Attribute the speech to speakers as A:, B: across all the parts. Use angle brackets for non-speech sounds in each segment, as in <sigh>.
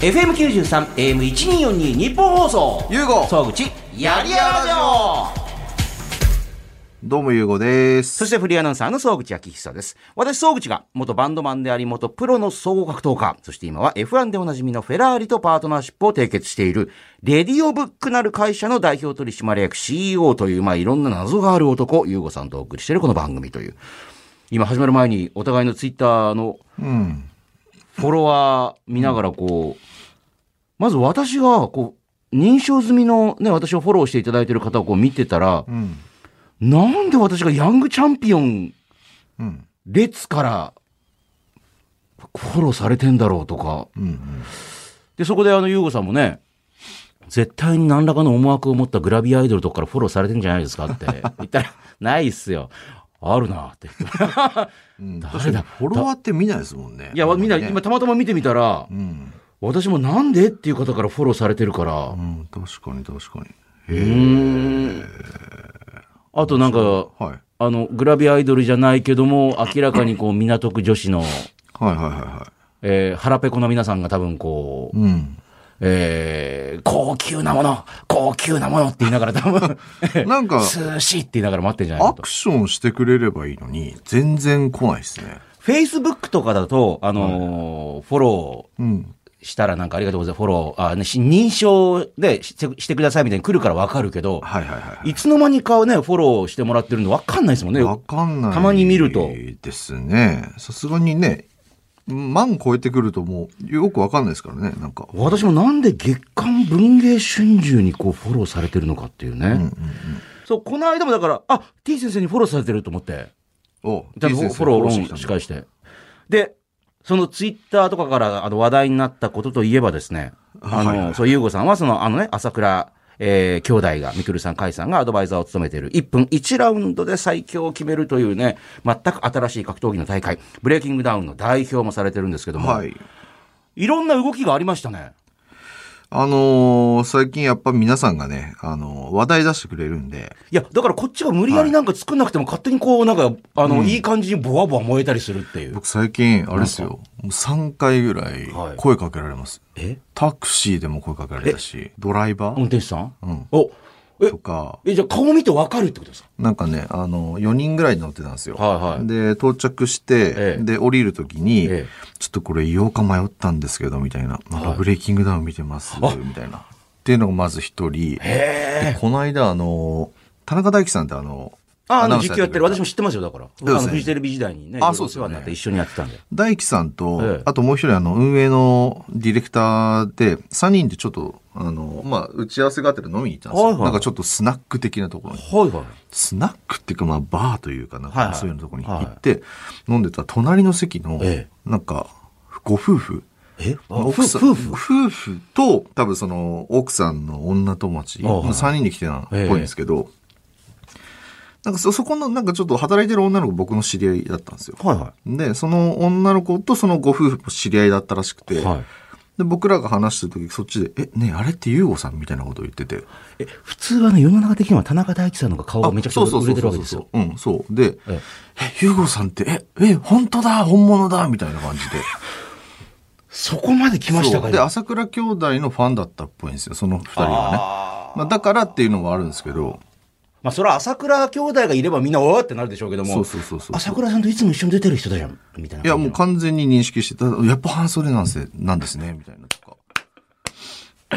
A: FM93、AM1242、日本放送。
B: ゆうご
A: 沢口、やりやらじょ
B: どうもゆうごです。
A: そしてフリーアナウンサーの総口昭久です。私、総口が元バンドマンであり、元プロの総合格闘家、そして今は F1 でおなじみのフェラーリとパートナーシップを締結している、レディオブックなる会社の代表取締役 CEO という、まあいろんな謎がある男、ゆうごさんとお送りしているこの番組という。今始まる前にお互いのツイッターの
B: うん。
A: フォロワー見ながらこう、まず私がこう、認証済みのね、私をフォローしていただいている方をこう見てたら、
B: うん。
A: なんで私がヤングチャンピオン
B: うん。
A: 列からフォローされてんだろうとか。
B: うん。
A: で、そこであの、ゆうごさんもね、絶対に何らかの思惑を持ったグラビアアイドルとかからフォローされてんじゃないですかって言ったら、ないっすよ。あるなって。
B: うん。
A: 誰だ
B: フォロワーって見ないですもんね。
A: いや、みんな今。たまたま見てみたら
B: う、ん。
A: 私もなんでっていう方からフォローされてるから
B: う、ん。確かに確かに。
A: うーん。あとなんか、
B: はい。
A: あの、グラビアアイドルじゃないけども、明らかにこう、港区女子の、
B: はいはいはいは
A: えー、腹ペコの皆さんが多分こう、
B: い。うん。
A: えー、高級なもの、高級なものって言いながら多分、
B: なんか、
A: 寿司って言いながら待ってんじゃない
B: ア
A: のと
B: ク。ションしてくれればいいのに、全然来ないですね。
A: Facebook とかだと、あのーフォロ
B: うん。
A: ーしたらなんかありがとうございます、フォロー、あね、し認証でしてしてくださいみたいに来るからわかるけど、
B: はいはいはい
A: つの間にかね、フォローしてもらってるのわかんないですもんね
B: い。。わかんない。
A: たまに見ると
B: ですね。さすがにね、万超えてくるともう、よくわかんないですからね、なんか。
A: 私もなんで月刊文芸春秋にこうフォローされてるのかっていうね。
B: うんうんうん。
A: そう、この間もだから、あ、t 先生にフォローされてると思って。
B: お
A: ちゃんとフォフォローをし返して。で、そのツイッターとかからあの話題になったことといえばですね、あの、
B: はいはい
A: そう、ゆうごさんはその、あのね、朝倉、えー、兄弟が、みくるさん、かいさんがアドバイザーを務めている1分1ラウンドで最強を決めるというね、全く新しい格闘技の大会、ブレイキングダウンの代表もされてるんですけども、、
B: はいい。
A: ろんな動きがありましたね。
B: あのー最近やっぱ皆さんがね、あのー話題出してくれるんで、
A: いや、だからこっちが無理やりなんか作んなくても勝手にこう、なんか、あの、いい感じにボワボワ燃えたりするっていう。
B: 僕最近、あれですよ、もう3回ぐらい
A: はい
B: 声かけられます。
A: え
B: タクシーでも声かけられたし、ドライバ
A: 運
B: ー
A: 転手さん、
B: うん
A: お、え
B: と、か、
A: え、じゃあ顔見てわかるってことですか
B: なんかね、あのー、4人ぐらい乗ってたんですよ。
A: はいはい
B: で、到着して、
A: ええ
B: で、降りるときに、
A: ええ
B: ちょっとこれ言おうか迷ったんですけど、みたいな。なんかブレイキングダウン見てます、
A: あ
B: みたいな。っていうのがまず一人。
A: へえ。
B: でこの間、あのー田中大輝さんってあの、
A: あ、あの、
B: アナウンサ
A: 実
B: ー
A: 況やってる。
B: くれ
A: 私も知ってますよ、だから。
B: うで
A: あの、
B: すね
A: フジテレビ時代にね、
B: あ
A: いろいろ
B: そ
A: お
B: うです
A: 世
B: よ
A: 話
B: ね
A: になって一緒にやってたんで。
B: 大輝さんと、
A: ええ
B: あともう一人あの運営のディレクターで3人でちょっとあの、まあ、打ち合わせがあって飲みに行ったんですよ、
A: はいはい
B: なんかちょっとスナック的なところに
A: はいはい。
B: スナックっていうかまあバーというかなん
A: はい
B: か
A: はい
B: そういうのところに行って、飲んでた隣の席の、
A: え
B: なんかご夫婦
A: え
B: 奥さん
A: 夫婦
B: 夫婦と多分その奥さんの女友達
A: ああはい
B: の3人で来てたっぽいんですけど、なんかそそこのなんかちょっと働いてる女の子僕の知り合いだったんですよ
A: はいは
B: で、その女の子とそのご夫婦も知り合いだったらしくて、
A: い。はい。
B: で、僕らが話してる時、そっちで、え、ねえあれって優吾さんみたいなことを言ってて。
A: え、普通はね、世の中的には田中大輝さんの方が顔がめちゃくちゃ
B: そうそう
A: 売
B: そ
A: れ
B: う
A: てる
B: そ
A: わ
B: う
A: けで
B: そう
A: すよ。
B: うん、そう。で、
A: ええ
B: え、優吾さんって、え、え、本当だ本物だみたいな感じで。
A: そこまで来ました
B: そ
A: か
B: うで、
A: ね。
B: 朝倉兄弟のファンだったっぽいんですよ、その二人
A: あ
B: はね。まあ、だからっていうのもあるんですけど、
A: まあ、それは朝倉兄弟がいればみんなおーってなるでしょうけども。
B: そうそうそうそう。
A: 朝倉さんといつも一緒に出てる人だじゃん。みたいない
B: や、もう
A: 感
B: 完全に認識してた。やっぱ半袖なんですね、なんですね、みたいなとか。
A: じ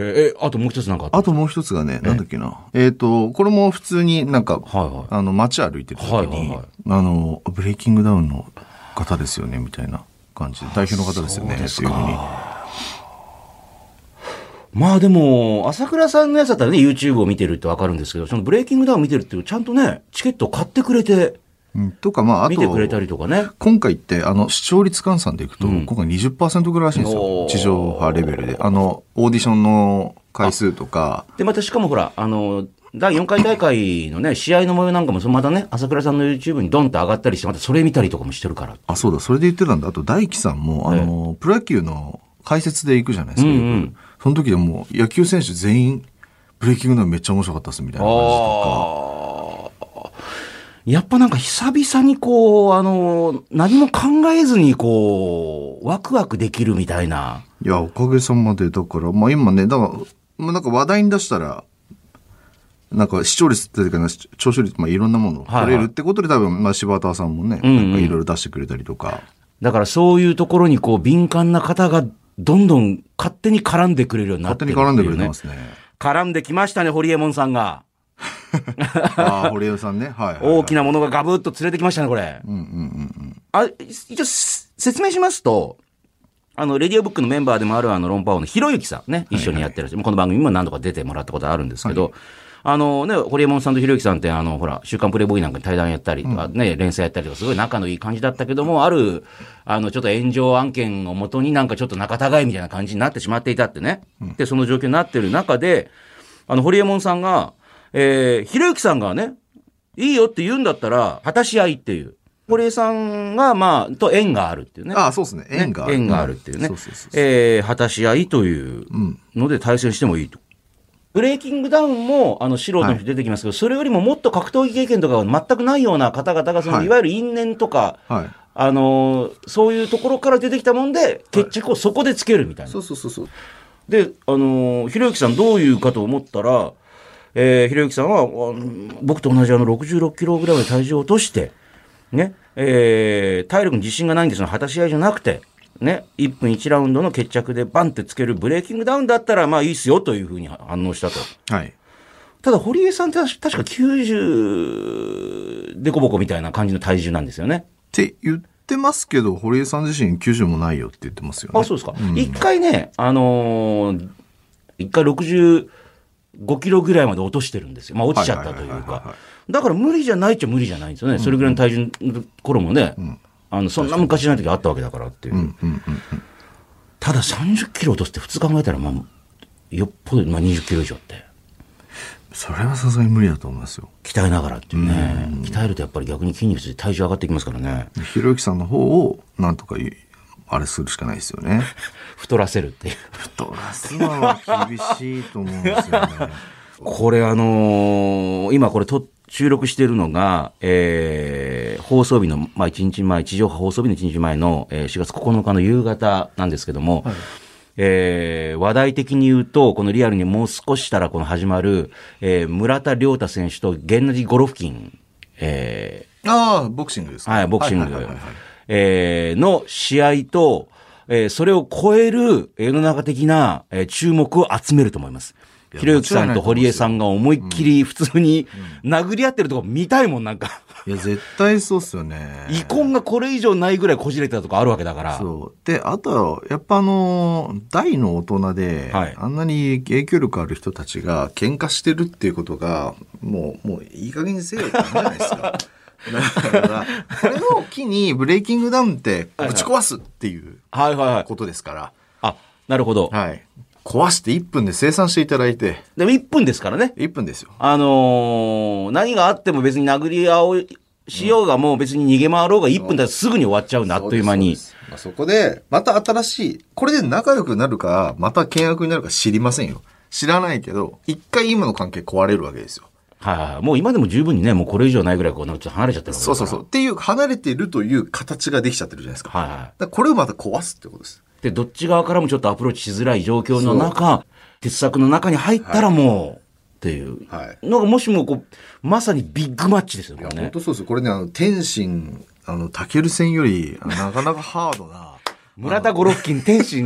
A: の。え、え、あともう一つなんかあった
B: あともう一つがね、なんだっけな。えっ、と、これも普通になんか、
A: はいはい
B: あの、街歩いてる時に、
A: はいはいはい
B: あの、ブレイキングダウンの方ですよね、みたいな感じで、代表の方ですよね、
A: そうです
B: って
A: か
B: いうふうに。
A: まあでも、朝倉さんのやつだったらね、YouTube を見てるってわかるんですけど、そのブレイキングダウン見てるっていう、ちゃんとね、チケットを買ってくれて、
B: うん、とか、まあ、あ
A: 見てくれた
B: と、
A: りとかね。
B: 今回って、あの、視聴率換算でいくと、
A: うん
B: 今回20%ぐらいらしいんです
A: お
B: よ
A: ー。
B: 地上波レベルで。あの、オーディションの回数とか、
A: で、またしかもほら、あの、第4回大会のね、試合の模様なんかも、そのまたね、朝倉さんの YouTube にドンと上がったりして、またそれ見たりとかもしてるから。
B: あ、そうだ、それで言ってたんだ。あと、大輝さんも、あの、プロ野球の解説で行くじゃないですか、
A: うんうん
B: よくその時でもう、野球選手全員、ブレイキングダウンめっちゃ面白かったっす、みたいな感じとか。
A: ああ。やっぱなんか久々にこう、あの、何も考えずにこう、ワクワクできるみたいな。
B: いや、おかげさまで、だから、まあ今ね、だから、まあなんか話題に出したら、なんか視聴率っていうかね、視聴取率、まあいろんなものを
A: はいはい
B: 取れるってことで、多分、まあ柴田さんもね、
A: うんうん
B: なんかいろいろ出してくれたりとか、
A: だからそういうところにこう、敏感な方がどんどん勝手に絡んでくれるようになって
B: 勝
A: る
B: 手
A: っ
B: に
A: ていうね
B: 絡んでくれてますね。
A: 絡んできましたね、ホリエモンさんが。
B: ああ、堀江さんね。はい、はい。
A: 大き
B: な。
A: なものがガブッと連れてきましたね、これ。
B: うんうんうん
A: あ、一応、す説明しますと、あの、レディオブックのメンバーでもあるあの、論破王のひろゆきさんね、一緒にやってるし、もうこの番組にも何度か出てもらったことあるんですけど、あのね、ホリエモンさんとひろゆきさんって、あの、ほら、週刊プレイボーイなんかに対談やったりとか、ね、連載やったりとか、すごい仲のいい感じだったけども、ある、あの、ちょっと炎上案件をもとになんかちょっと仲違いみたいな感じになってしまっていたってね。で、その状況になってる中で、あの、ホリエモンさんが、えー、ひろゆきさんがね、いいよって言うんだったら、果たし合いっていう。堀江さんが、まあ、と縁があるっていう
B: う
A: ね。
B: ん。ああ、そうですね。縁がある。
A: 縁があるっていうね。
B: そうそうそうそう。
A: えー果たし合いという
B: うん。
A: ので対戦してもいいと。ブレイキングダウンも、あの、素人の人出てきますけど、それよりももっと格闘技経験とかが全くないような方々が、その、
B: はい
A: い、わゆる因縁とか、
B: はい。
A: あのーそういうところから出てきたもんで、決着をそこでつけるみたいな。
B: うそうそうそう。
A: で、あのーひろゆきさんどういうかと思ったら、えーひろゆきさんは、あの僕と同じあの66キロぐらいまで体重を落として、ね、えー体力に自信がないんですの果たし合いじゃなくて、ね、1分1ラウンドの決着でバンってつけるブレーキングダウンだったら、まあいいっすよというふうに反応したと。
B: はい。
A: ただ、堀江さんって確か90でこぼこみたいな感じの体重なんですよね。
B: って言ってますけど、堀江さん自身90もないよって言ってますよね。
A: あ、そうですか。一、回ね、あのー一回65キロぐらいまで落としてるんですよ。まあ落ちちゃったという
B: はいはいはいはい
A: か
B: は。
A: だから無理じゃないっちゃ無理じゃないんですよね。それぐらいの体重の頃もね、あの、そんな昔じゃない時あったわけだからっていう。
B: うんうんうん。
A: ただ30キロ落とすって普通考えたら、まあ、よっぽど、まあ20キロ以上って。
B: それはさすがに無理だと思いますよ。
A: 鍛えながらっていうね。鍛えるとやっぱり逆に筋肉質で体重上がってきますからね。
B: ひろゆきさんの方を、なんとかい、あれするしかないですよね。
A: 太らせるっていう。
B: 太らすのは厳しいと思うんですよね。
A: これあのー今これと収録しているのが、えー放送日の、まあ、1日前、地上波放送日の1日前の、えー4月9日の夕方なんですけども、えー話題的に言うと、このリアルにもう少ししたらこの始まる、えー村田亮太選手と源氏ゴロフキン、え
B: <laughs> ああ、ボクシングです
A: ー
B: か。
A: はい、ボクシン
B: はい
A: グ
B: はいはいはい
A: えーの試合と、えーそれを超える世の中的な、えー注目を集めると思います。
B: いや
A: ひろゆきさんと堀江さんが思いっきり普通に殴り合ってるとこ見たいもんなんか。
B: いや、絶対そうっすよね。
A: 遺恨がこれ以上ないぐらいこじれてたとこあるわけだから。
B: そう。で、あとは、やっぱあの、大の大人で、
A: はい
B: あんなに影響力ある人たちが喧嘩してるっていうことが、もう、もういい加減にせえよって感じじゃない <laughs> ですか。だから、これを機にブレイキングダウンってぶち壊すっていう
A: はいはいはい。
B: ことですか
A: あ、なるほど。
B: ら、はい。壊して1分で生産していただいて、
A: でも1分ですからね。
B: 1分ですよ。
A: あのー何があっても別に殴り合おう、しようがもう別に逃げ回ろうが1分だとすぐに終わっちゃうんだ、あっという間に。
B: そうです。そうですまあ、そこで、また新しい、これで仲良くなるか、また険悪になるか知りませんよ。知らないけど、一回今の関係壊れるわけですよ。
A: はいはいはい。もう今でも十分にね、もうこれ以上ないぐらいこう、なんかちょっと離れちゃってるわけだ
B: そ
A: か
B: う
A: ら
B: そうそう。っていう、離れているという形ができちゃってるじゃないですか。
A: はいはい。
B: だからこれをまた壊すってことです。
A: で、どっち側からもちょっとアプローチしづらい状況の中、鉄柵の中に入ったらもう、っていう。
B: はい。
A: のがもしもこう、まさにビッグマッチですよ
B: いや、
A: ね
B: 本。当そうですよ。これね、あの、天心、あの、たける戦
A: <laughs>
B: より、なかなかハードな。
A: 村田五郎付近天 <laughs> 心。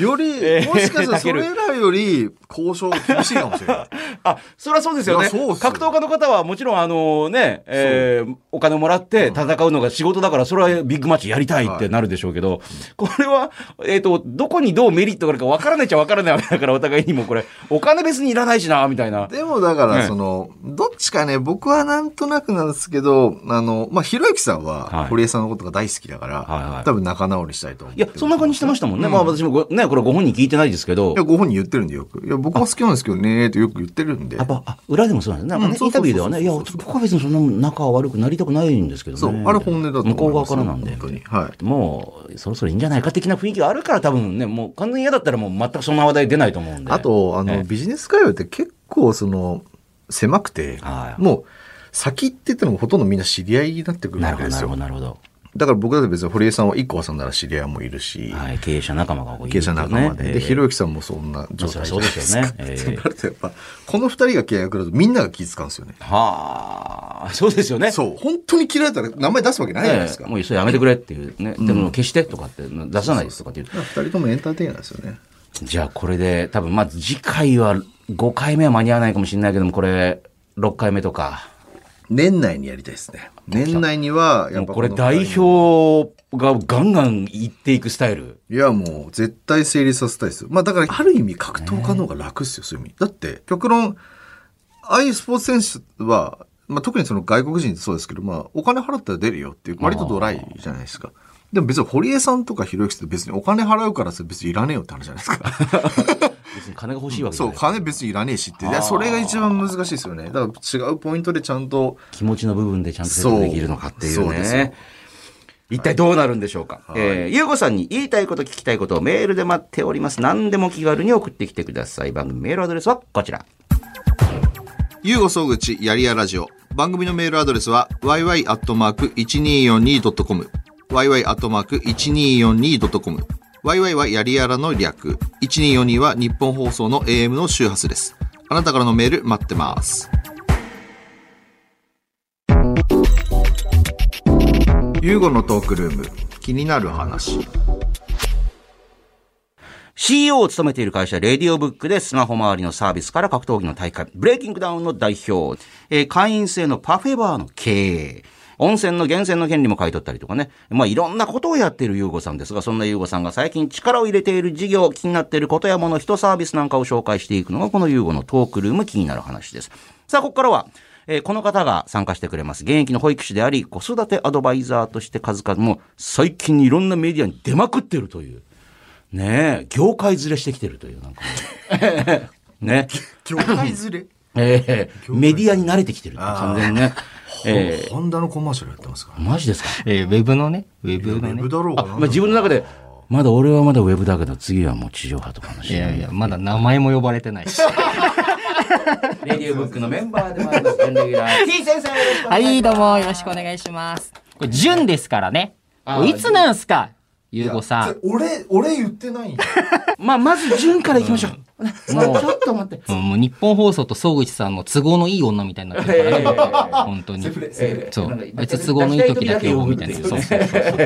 B: より、もしかしたら
A: タ
B: そ
A: ケル
B: れらより、交渉が厳しいかもしれない。
A: <laughs> あ、そりゃそうですよ
B: い
A: ね。
B: やそうっすよ
A: 格闘家の方はもちろんあのね、えーお金もらって戦うのが仕事だから、それはビッグマッチやりたいってなるでしょうけど、これは、えっ、と、どこにどうメリットがあるか分からないっちゃ分からないわけだから、お互いにもこれ、お金別にいらないしな、みたいな。
B: でもだか
A: ね
B: ら、その、どっちかね、僕はなんとなくなんですけど、あの、まあ、ひろゆきさん
A: は
B: は、
A: い
B: 堀江さんのことが大好きだから、
A: はいはい
B: 多分仲直りしたいと思う。
A: いや、そんな感じしてましたもんね。
B: うん
A: まあ私もごね、これご本人聞いてないですけど
B: いや、。ご本人言ってるんでよく。いや、僕は好きなんですけどね、ってよく言ってるんで
A: やっ。ぱ、あ、裏でもそうなんですね。なんかね、
B: うん
A: インタビューではね、いや、
B: そうそうそうそう
A: 僕は別にそんな仲は悪くなりたくないんですけどね。
B: そう、あれ本音だと思います
A: 向こう側からなんで
B: 本。当に。はい。
A: もう、そろそろいいんじゃないか的な雰囲気があるから多分ね、もう完全に嫌だったらもう全くそんな話題出ないと思うんで。
B: あと、あ
A: え
B: の、
A: え
B: ビジネス界隈って結構、その、狭くて、
A: はい
B: もう、先って言ってもほとんどみんな知り合いになってくる
A: な
B: わ
A: る
B: け
A: ほど、
B: で
A: な
B: す
A: るほ
B: よ
A: ど、。なるほど。
B: だから僕だって別に堀江さんは一個挟んだら知り合いもいるし、
A: はい、経営者仲間が多い、
B: 経営者仲間で、で、ひろ
A: い。
B: ゆきさんもそんな状態じゃないですか。
A: まあそりゃそうですよね
B: ってなるとやっぱ、この二人が契約だとみんなが気遣うんですよね。
A: はあ、そうですよね。
B: そう。本当に嫌われたら名前出すわけないじゃないです
A: え
B: か。
A: えもうそれやめてくれっていうね。でも消してとかって出さないですとかっていう。
B: だから二人ともエンターテイナーですよね。
A: じゃあこれで、多分まあ次回は5回目は間に合わないかもしれないけども、これ6回目とか。
B: 年内にやりたいですね。年内には、や
A: も
B: っ
A: う
B: ぱ
A: これ
B: の
A: 代表がガンガンいっていくスタイル。
B: いや、もう、絶対成立させたいですよ。まあ、だから、ある意味、格闘家の方が楽っすよ、そういう意味。だって、極論、ああいうスポーツ選手は、まあ、特にその外国人ってそうですけど、まあ、お金払ったら出るよっていう、割とドライじゃないですか。でも別に堀江さんとかひろゆきさんって別にお金払うからさ別にいらねえよって話じゃないですか。
A: 別に金が欲しいわけじゃ
B: そ
A: な
B: う、
A: い。
B: 金別にいらねえしって。いや、それが一番難しいですよね。だから違うポイントでちゃんと、
A: 気持ちの部分でちゃんと説明できるのかってい
B: そううそうですよ
A: ね。一体どうなるんでしょうか。
B: はい
A: えーゆうこさんに言いたいこと聞きたいことをメールで待っております。何でも気軽に送ってきてください。番組メールアドレスはこちら。
B: ゆうご総口やりやラジオ。番組のメールアドレスは yy.1242.com。yy.1242.com。yy はやりやらの略。1242は日本放送の AM の周波数です。あなたからのメール待ってます。ゆうごのトークルーム。気になる話。
A: CEO を務めている会社、レディオブックでスマホ周りのサービスから格闘技の大会、ブレイキングダウンの代表、えー会員制のパフェバーの経営、温泉の源泉の権利も買い取ったりとかね。まあ、いろんなことをやっている優吾さんですが、そんな優吾さんが最近力を入れている事業、気になっていることやもの、人サービスなんかを紹介していくのが、この優吾のトークルーム気になる話です。さあ、ここからは、えーこの方が参加してくれます。現役の保育士であり、子育てアドバイザーとして数々も、最近いろんなメディアに出まくってるという。ねえ、業界ずれしてきてるという、なんか。ね。
C: <laughs>
B: 業界ずれ
A: ええメディアに慣れてきてる。完全にね。え
B: ホンダのコマーシャルやってますか
A: えマジですか
C: <laughs> えーウェブのね、ウェブのね。
B: だろう
A: あ、まあ、自分の中で、まだ俺はまだウェブだけど、次はもう地上波とかもし
C: い
A: れな
C: や
A: い。
C: いや、まだ名前も呼ばれてないし。
A: レディオブックのメンバーでもあります、準レギュラー。T 先生よろしくお
D: は
A: 願い
D: い、
A: し
D: どう
A: ます。
D: もよろしくお願いします。
C: これ、純ですからね。
A: あー
C: おいつなんすかゆうごさん。
B: 俺、俺言ってないんだ。
A: まあ、まず順から行きましょ
C: <laughs>
A: う。もう、ちょっと待って。
C: うんもう日本放送と総口さんの都合のいい女みたいになってる
A: い
C: からね
A: やいやいやいや
C: 本当に。
A: ええ
C: そ
A: なんか
C: う。あいつ都合のいい時だけ呼ぶみたいな。
A: 出
C: そ
A: した
C: う
A: い時
C: そ
A: だ
C: う
A: け呼ぶ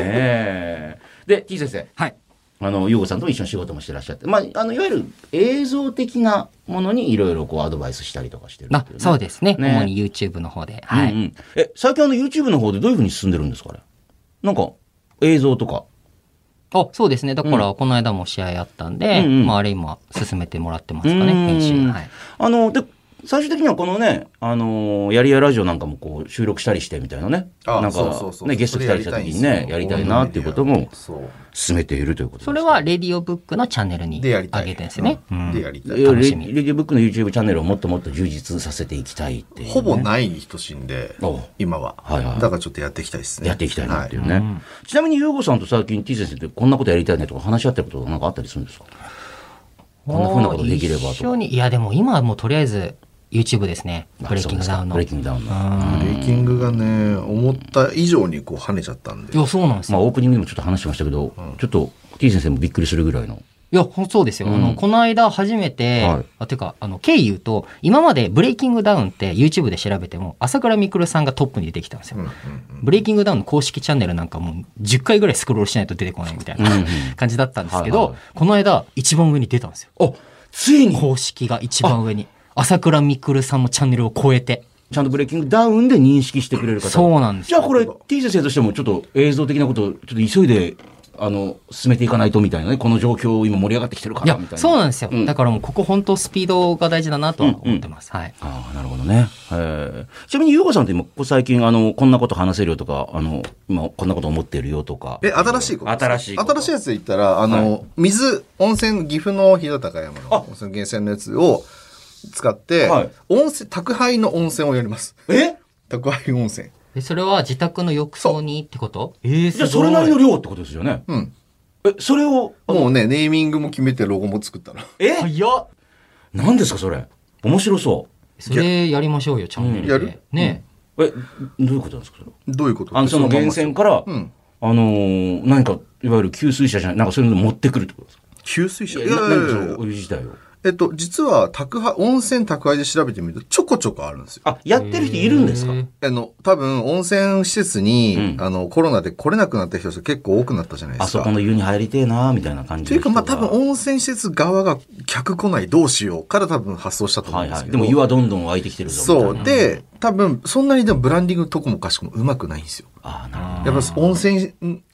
A: ってい
C: そう。
A: う <laughs> ねええで、T 先生。
C: はい。
A: あの、ゆうごさんとも一緒に仕事もしてらっしゃって、まあ、あの、いわゆる映像的なものにいろいろこうアドバイスしたりとかしてる
C: な、そう
A: す。
C: ですね。
A: ね
C: 主に YouTube の方で。
A: は、
C: はいい。
A: え、最近あの YouTube の方でどういうふうに進んでるんですかねなんか、映像とか。
C: あ、そうですね。だから、この間も試合あったんで、
A: うんうん
C: まあ、あれ今、進めてもらってますかね、
A: うん
C: 編集。はい。
A: あの、で、最終的にはこのね、あのーやりやラジオなんかもこう収録したりしてみたいなね。
B: あ
A: なんか、
B: そうそうそう
A: ね、ゲスト来たりした時にね、やりたいなっていうことも
B: そう
A: 進めているということです
C: それは、レディオブックのチャンネルに
B: で
C: 上
B: や
C: げ
B: り
C: て
B: たい
C: るんですよね。うん
B: でやりた
A: い
B: い
A: や
C: 楽
A: レ
C: しみ
A: レディブックの YouTube チャンネルをもっともっと充実させていきたいっていう、ね。
B: ほぼないに等しいんで
A: おう
B: 今は、
A: はいはい
B: だからちょっとやっていきたいですね
A: やっていきたいなっていう
B: は
A: ね。ちなみに、ゆうごさんと最近、てぃ先生ってこんなことやりたいねとか話し合ってることなんかあったりするんですかこんなふうなことできればとか
C: 一緒にいや、でも今はもうとりあえず YouTube ですね。ブレイキングダウン
A: ブ
C: の。
A: レ
C: い
A: イキングダウンの。
B: いブレイキングがね思った以上にこう跳ねちゃったんで
C: や、そうなんです
A: まあ、
C: よ。
A: オープニングでもちょっと話してましたけど、ちょっと、てぃ先生もびっくりするぐらいの。
C: いや、ほんそうですよ。あの、この間初めて、
A: はい
C: あ、てか、あの、経由と、今までブレイキングダウンって YouTube で調べても、朝倉未来さんがトップに出てきたんですよ。ブレイキングダウンの公式チャンネルなんかもう10回ぐらいスクロールしないと出てこないみたいな <laughs> 感じだったんですけど、
A: はいはい
C: この間一番上に出たんですよ。
A: あ、ついに
C: 公式が一番上に。朝倉未来さんのチャンネルを超えて。
A: ちゃんとブレイキングダウンで認識してくれる方。
C: そうなんです
A: じゃあこれ、てぃ先生としてもちょっと映像的なことを、ちょっと急いで、あの、進めていかないとみたいなね、この状況今盛り上がってきてるか
C: い
A: ら、
C: や
A: みたいな。
C: そうなんですよ、
A: うん
C: だからもうここ本当スピードが大事だなとは思ってます、はい
A: ああ、なるほどね。えーちなみに、ゆうこさんって今、ここ最近、あの、こんなこと話せるよとか、あの、今、こんなこと思ってるよとか。
B: え新しいこと
A: 新しいこと。
B: 新しいやつで言ったらあの、水温泉岐阜の飛騨高山の温泉源泉のやつを使って、
A: はい
B: 温泉宅配の温泉をやります
A: え
B: 宅配温泉
C: でそれは自宅の浴槽にってことええ
A: じゃあ、それなりの量ってことですよね。
B: うん
A: え、それを、
B: もうねネーミングも決めてロゴも作ったの
A: え
C: 早っ
A: 何ですか、それ。面白そ
C: それやりましょうよ、チャンネルで。
B: やる
C: ね、
A: え、どういうことなんですかそれは
B: どういうこと
A: あの、その
B: まん
A: 源
B: ま
A: 泉から、
B: うん
A: あのー何か、いわゆる給水車じゃない、なんかそういうの持ってくるってことですか
B: 給水車いやい
A: な
B: やい
A: 何
B: や
A: そ
B: いや
A: のお湯自体を。
B: えっと、実は宅配、温泉宅配で調べてみるとちょこちょこあるんですよ。
A: あ、やってる人いるんですか
C: へー
B: あの、多分、温泉施設に、
A: うん
B: あの、コロナで来れなくなった人たち結構多くなったじゃないで
A: あ
B: すか。
A: そこの湯に入りてえなみたいな感
B: と
A: じ
B: い
A: の
B: うか、
A: 人
B: ま
A: が
B: あ、多分、温泉施設側が客来ないどうしようから多分発想したと思う
A: は
B: ん
A: い
B: で
A: は
B: す
A: い。
B: け
A: で
B: ど。
A: も湯はどんどん湧いてきてるぞ。みたい
B: そ
A: な
B: う。、で、多分、そんなにでもブランディングどこもかしくもうまくないんですよ。
A: あーなるほど。
B: やっぱ、温泉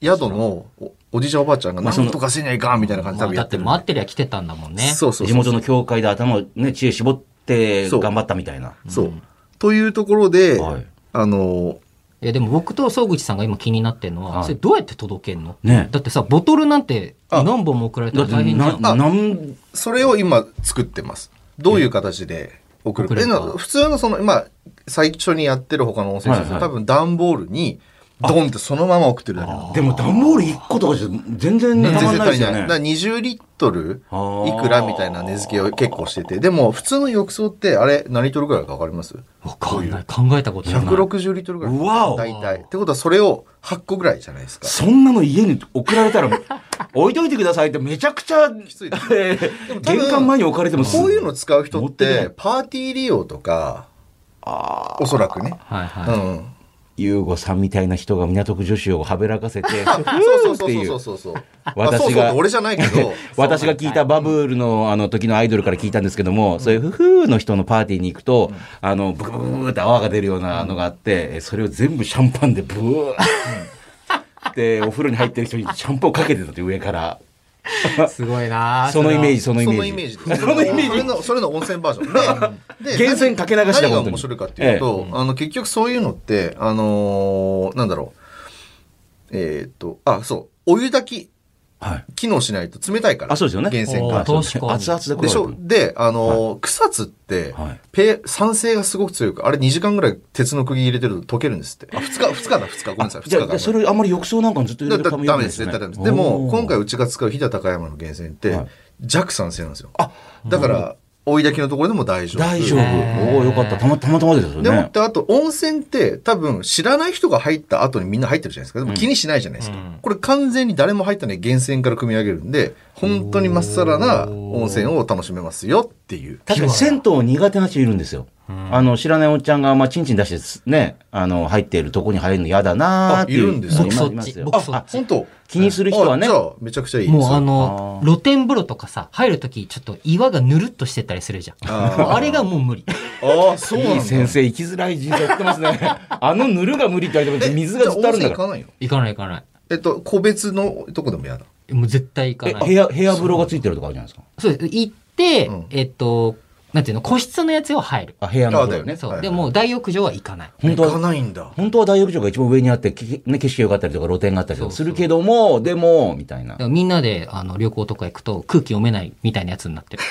B: 宿のおおじいちゃんおばあちゃんが、
A: ま
B: な
A: あその
B: んとかせにゃいかんみたいな感じで多分
C: だ
B: や
C: っ
B: っててるんで。
C: 待ってりゃ来てたんだもんね。
B: そうそう
A: 地
B: そう。
A: 元の教会で頭をね、知恵絞って
B: そう
A: 頑張ったみたいな。
B: そう。というところで、
A: はい
B: あの、
C: えでも僕と総口さんが今気になってるのは、
A: はい
C: それどうやって届けんの、
A: ね
C: だってさ、ボトルなんて
B: あ
C: 何本も送られた
A: だ
C: ら
A: って
C: 大変じゃ
A: な、
C: ん。
A: な
B: あ
A: なん、
B: それを今作ってます。どういう形で送るか。
C: 送れ
B: え
C: るか
B: の普通のその、まあ、最初にやってる他の温泉施設
A: はいはい
B: は多分段ボールに、ドンってそのまま送ってるだけなんで
A: でも段ボール1個とかじゃ全然たまんない
B: 全然
A: で
B: 足り
A: すよ
B: ない。だから
A: ね。
B: 20リットル
A: あー
B: いくらみたいな値付けを結構してて。でも、普通の浴槽って、あれ、何リットルぐらいかわかります
C: わかんない。考えたことない。
B: 160リットルぐらい。
A: わお
B: 大体。ってことは、それを8個ぐらいじゃないですか。
A: そんなの家に送られたら、置いといてくださいってめちゃくちゃ、
B: つい <laughs> です
A: えー玄関前に置かれてもすぐ
B: こういうの使う人
A: 持
B: っ
A: ってけな
B: て
A: い、
B: パーティー利用とか、おそらくね。
C: はいはい。
B: うん。
A: ゆうごさんみたいな人が港区女子をはべらかせ
B: <laughs>
A: て、
B: そう
A: っ
B: そ
A: て
B: う
A: い
B: そうそうそうそう。
A: 私が
B: あそうそう俺じゃないけど。
A: 私が聞いたバブルのあの時のアイドルから聞いたんですけども、そういうフフーの人のパーティーに行くと、あの、ブクブクブクって泡が出るようなのがあって、えそれを全部シャンパンでブー
B: <laughs>
A: って、お風呂に入ってる人にシャンパンをかけてたって上から。
C: すごいな
A: そのイメージ、
C: ジ。
A: <laughs> そのイ
B: そ
A: メ
B: のイメ
A: ー
B: ー
A: ジ。
B: ジ。そのイメージ。それの、それの温泉バージョン。で、で
A: 源泉かけ流しだ
B: 何が
A: 本当に
B: 面白いかっていうと、あの、結局そういうのって、あのー、なんだろう。えーっと、あ、そう。お湯炊き、
A: はい。
B: 機能しないと冷たいから。
A: あ、そうですよね。
B: 源泉
C: あ
B: が
C: ー。確かに
A: 熱々でこう
B: でしょで、あのー草津って、
A: はい
B: ペ酸性がすごく強く、あれ2時間ぐらい鉄の釘入れてると溶けるんですって。あ、2日、2日だ、2日。ごめんなさい、2日
A: じゃあ
B: だ
A: じゃあ、それあんまり浴槽なんかにずっと入
B: だ
A: れて
B: だ
A: た
B: ダメです、絶対ダメです。でも、今回うちが使う飛騨高山の源泉って、
A: はい
B: 弱酸性なんですよ。だから、追い炊きのところでも大丈夫。
A: 大丈夫。
C: へー
A: おおよかった。たまたまたまですよ
B: でもっ
A: ね。
B: て、あと、温泉って、多分、知らない人が入った後にみんな入ってるじゃないですか。でも気にしないじゃないですか。
C: うん
B: これ完全に誰も入ったのに源泉から組み上げるんで、本当にまっさらな温泉を楽しめますよっていう。
A: 確かに銭湯苦手な人いるんですよ。あの、知らないおっちゃんが、まあ、チンチン出してすね、あの、入っているとこに入るの嫌だなーっていう。
B: あいるんですね
A: 僕そっち。
C: 僕そっち僕そっち
B: 本当
A: 気にする人はね
B: あじゃあ、めちゃくちゃいいですよ。
C: もうあの
A: あー
C: 露天風呂とかさ入るときちょっと岩がぬるっとしてたりするじゃん
B: <laughs> あー
C: もうあれがもう無理
B: ああ、そうなんだ。
A: いい先生、生きづらい人生やってますね。あのぬるが無理って言われても水がずっとあるんだ
B: じゃ温
A: か
B: 泉行かないよ。
C: 行かない行かな
B: えっと、個別のとこでも嫌だ。
C: いもう絶対行
A: ら。え、
C: かな
A: 部
C: い
A: 屋、部屋風呂がついてるとかあるじゃないですか。
C: そうです行って、
B: ん
C: えっとなんていうの個室のやつは入る
A: あ、部屋の
B: あだ
A: 風呂
B: よ
A: ね
B: ね。
C: そう、
B: はい
C: でも大浴場は行かない
A: 本当は
B: 行かないんだ。
A: 本当は大浴場が一番上にあって、きね、景色が良かったりとか露店があったりとかするけども、でも、みたいな
C: だか。らみんなであの旅行とか行くと空気読めないみたいなやつになってる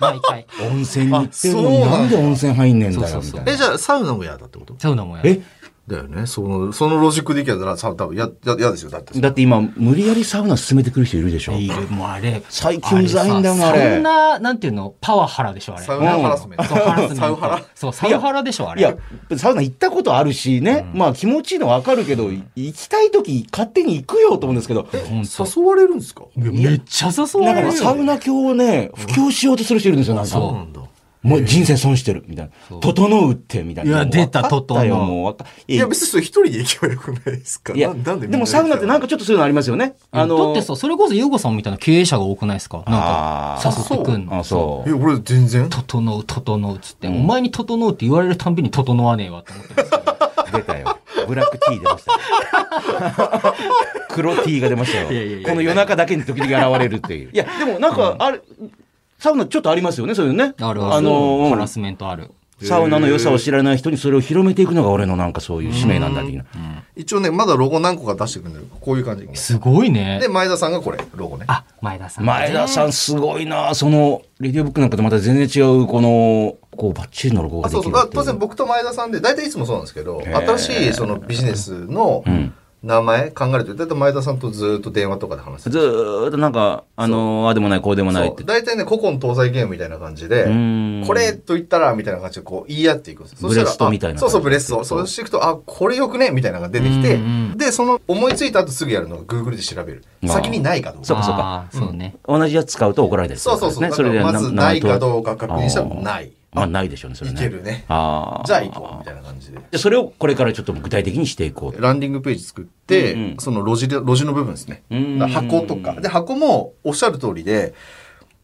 C: 毎回
A: 温泉に行ってるの
B: あ
A: に
B: そうなんだ
A: なんで温泉入んねえんだ
C: そ
A: よ、
C: うそ
A: み
C: うそ
A: たい
C: う
A: な
B: え、。じゃあ、サウナも嫌だってこと
C: サウナもやる
A: え、
B: だよね。その、そのロジックでいけたら、さ多分、や、や、嫌ですよ。だって。
A: だって今、無理やりサウナ進めてくる人いるでしょ。
C: いるもうあれ
A: 最近うざいんだよなあれ
C: さサウナなんていうのパワハラでしょあれ
B: サウナハラスメント。
C: そうハラスメント
B: サウハラ。
C: そうサウハラでしょあれ
A: いや、サウナ行ったことあるしね、まあ気持ちいいのわかるけど、行きたい時勝手に行くよと思うんですけど、
C: 本当
B: 誘われるんですか
C: めっちゃ誘
A: な
C: わ
A: ん
C: れ
A: かね
C: るよ
A: サウナ教をね、布教しようとする人いるんですよ、なん
C: そう
A: か。
B: んだ。
A: もう人生損してる、みたいな。整うって、みたいな。
C: いや出た
A: もう分かったよ
C: 整う
A: もう分か
B: い
A: い
B: や、
A: や、
B: 別にそれ一人で行けばよくないですか
A: いや
B: ななんでみんな
A: でもサウナってなんかちょっとそういうのありますよね。あの、
C: だってさ、それこそユーゴさんみたいな経営者が多くないですかなんか
A: あ、
C: 誘
A: ー
C: ってくんの。
A: あ、そ
B: え、
A: う。
B: 俺全然。
C: 整う、整うっつって、お前に整うって言われるたんびに整わねえわって思ってます。
A: 出たよ。ブラックティー出ましたよ。黒 T が出ましたよ。
C: いやいやいや
A: この夜中だけに時々現れるっていう。いや、でもなんか、あれ、サウナちょっとありますよね、そういうのね。
C: あるある。
A: あのー
C: ハラスメントある。
A: サウナの良さを知らない人にそれを広めていくのが俺のなんかそういう使命なんだ的な。
B: 一応ね、まだロゴ何個か出してくれるんだけど、こういう感じ。
C: すごいね
B: で、。前田さんがこれ、ロゴね。
C: あ、前田さん。
A: 前田さんすごいなその、レディオブックなんかとまた全然違う、この、こう、バッチリのロゴ
B: あ
A: がで
B: そう
A: き
B: そ
A: る
B: う
A: っ
B: あ
A: てい
B: 当然
A: う。
B: 僕と前田さんで大体いつもそうなんですけど
A: ー
B: 新しいそのビジネスの、名前考えるとだいたい前田さんとずーっと電話とかで話す
A: ずーっとなんか、あのーああでもない、こうでもないって。
B: 大体ね古今東西ゲームみたいな感じで
A: うん
B: これと言ったらみたいな感じでこう言い合っていくんですよ
A: ブレ
B: そ
A: ス
B: した
A: ト
B: らあ
A: みたいな
B: そうそうブ
A: 感じ
B: レストそうしていくとあこれよくねみたいなのが出てきて
C: うんうん
B: でその思いついた後すぐやるのが Google で調べる
A: あー
B: 先にないかどうか
A: そうかそうか
C: あーそうね。
A: 同じやつ使うと怒られたりす
B: そ
A: る
B: うそうそう、
A: ね。
B: だからまずないかどうか確認したら
A: い。
B: ない
A: まあ、ないでしょうね、それ
B: い
A: ね。
B: けるね
A: ああ。
B: じゃあ行こうみたいな感じで
A: でそれをこれからちょっと具体的にしていこう。
B: ランディングページ作って、
A: うんうん
B: その路地で、路地の部分ですね。
A: うん
B: だから箱とか。で、箱もおっしゃる通りで、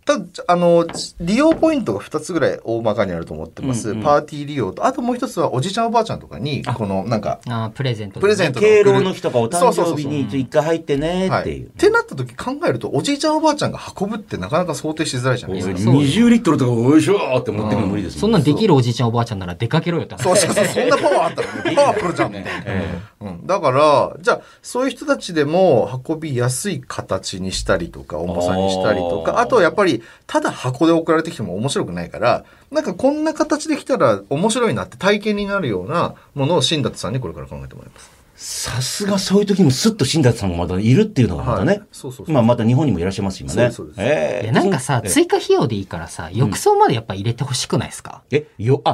B: ただ、あの、利用ポイントが2つぐらい大まかにあると思ってます。
A: うんうん
B: パーティー利用と、あともう一つはおじいちゃんおばあちゃんとかに、この、なんか、
C: あープレゼントでね。
B: プレゼント
A: 敬老の日とかお
B: そ
A: 誕
B: うそうそう
A: 生日に一回入ってね
B: は
A: っ
B: い。
A: てい
B: っ
A: う。
B: てなった時考えると、おじいちゃんおばあちゃんが運ぶってなかなか想定しづらいじゃないですか。
C: そう
A: 20リットルとかおいしょーって持ってくの無理です
C: そんなんできるおじいちゃんおばあちゃんなら出かけろよって話
B: そうそうそう、そんなパワーあったらね、パワフルじゃんみたいな。うん、だから、じゃあ、そういう人たちでも運びやすい形にしたりとか、重さにしたりと
A: あ
B: か、
A: ー
B: あとはやっぱり、ただ箱で送られてきても面白くないから、なんかこんな形できたら面白いなって体験になるようなものを新達さんにこれから考えてもらいます。
A: さすがそういう時もスッと新達さんがまたいるっていうのがまたね。
B: はいそうそうそう
A: まあまた日本にもいらっしゃいます今ね。
B: そうですそう
A: え
C: い
A: え
C: やなんかさ、
A: ええ
C: 追加費用でいいからさ、浴槽までやっぱ入れてほしくないですか、
A: え、よ、あ、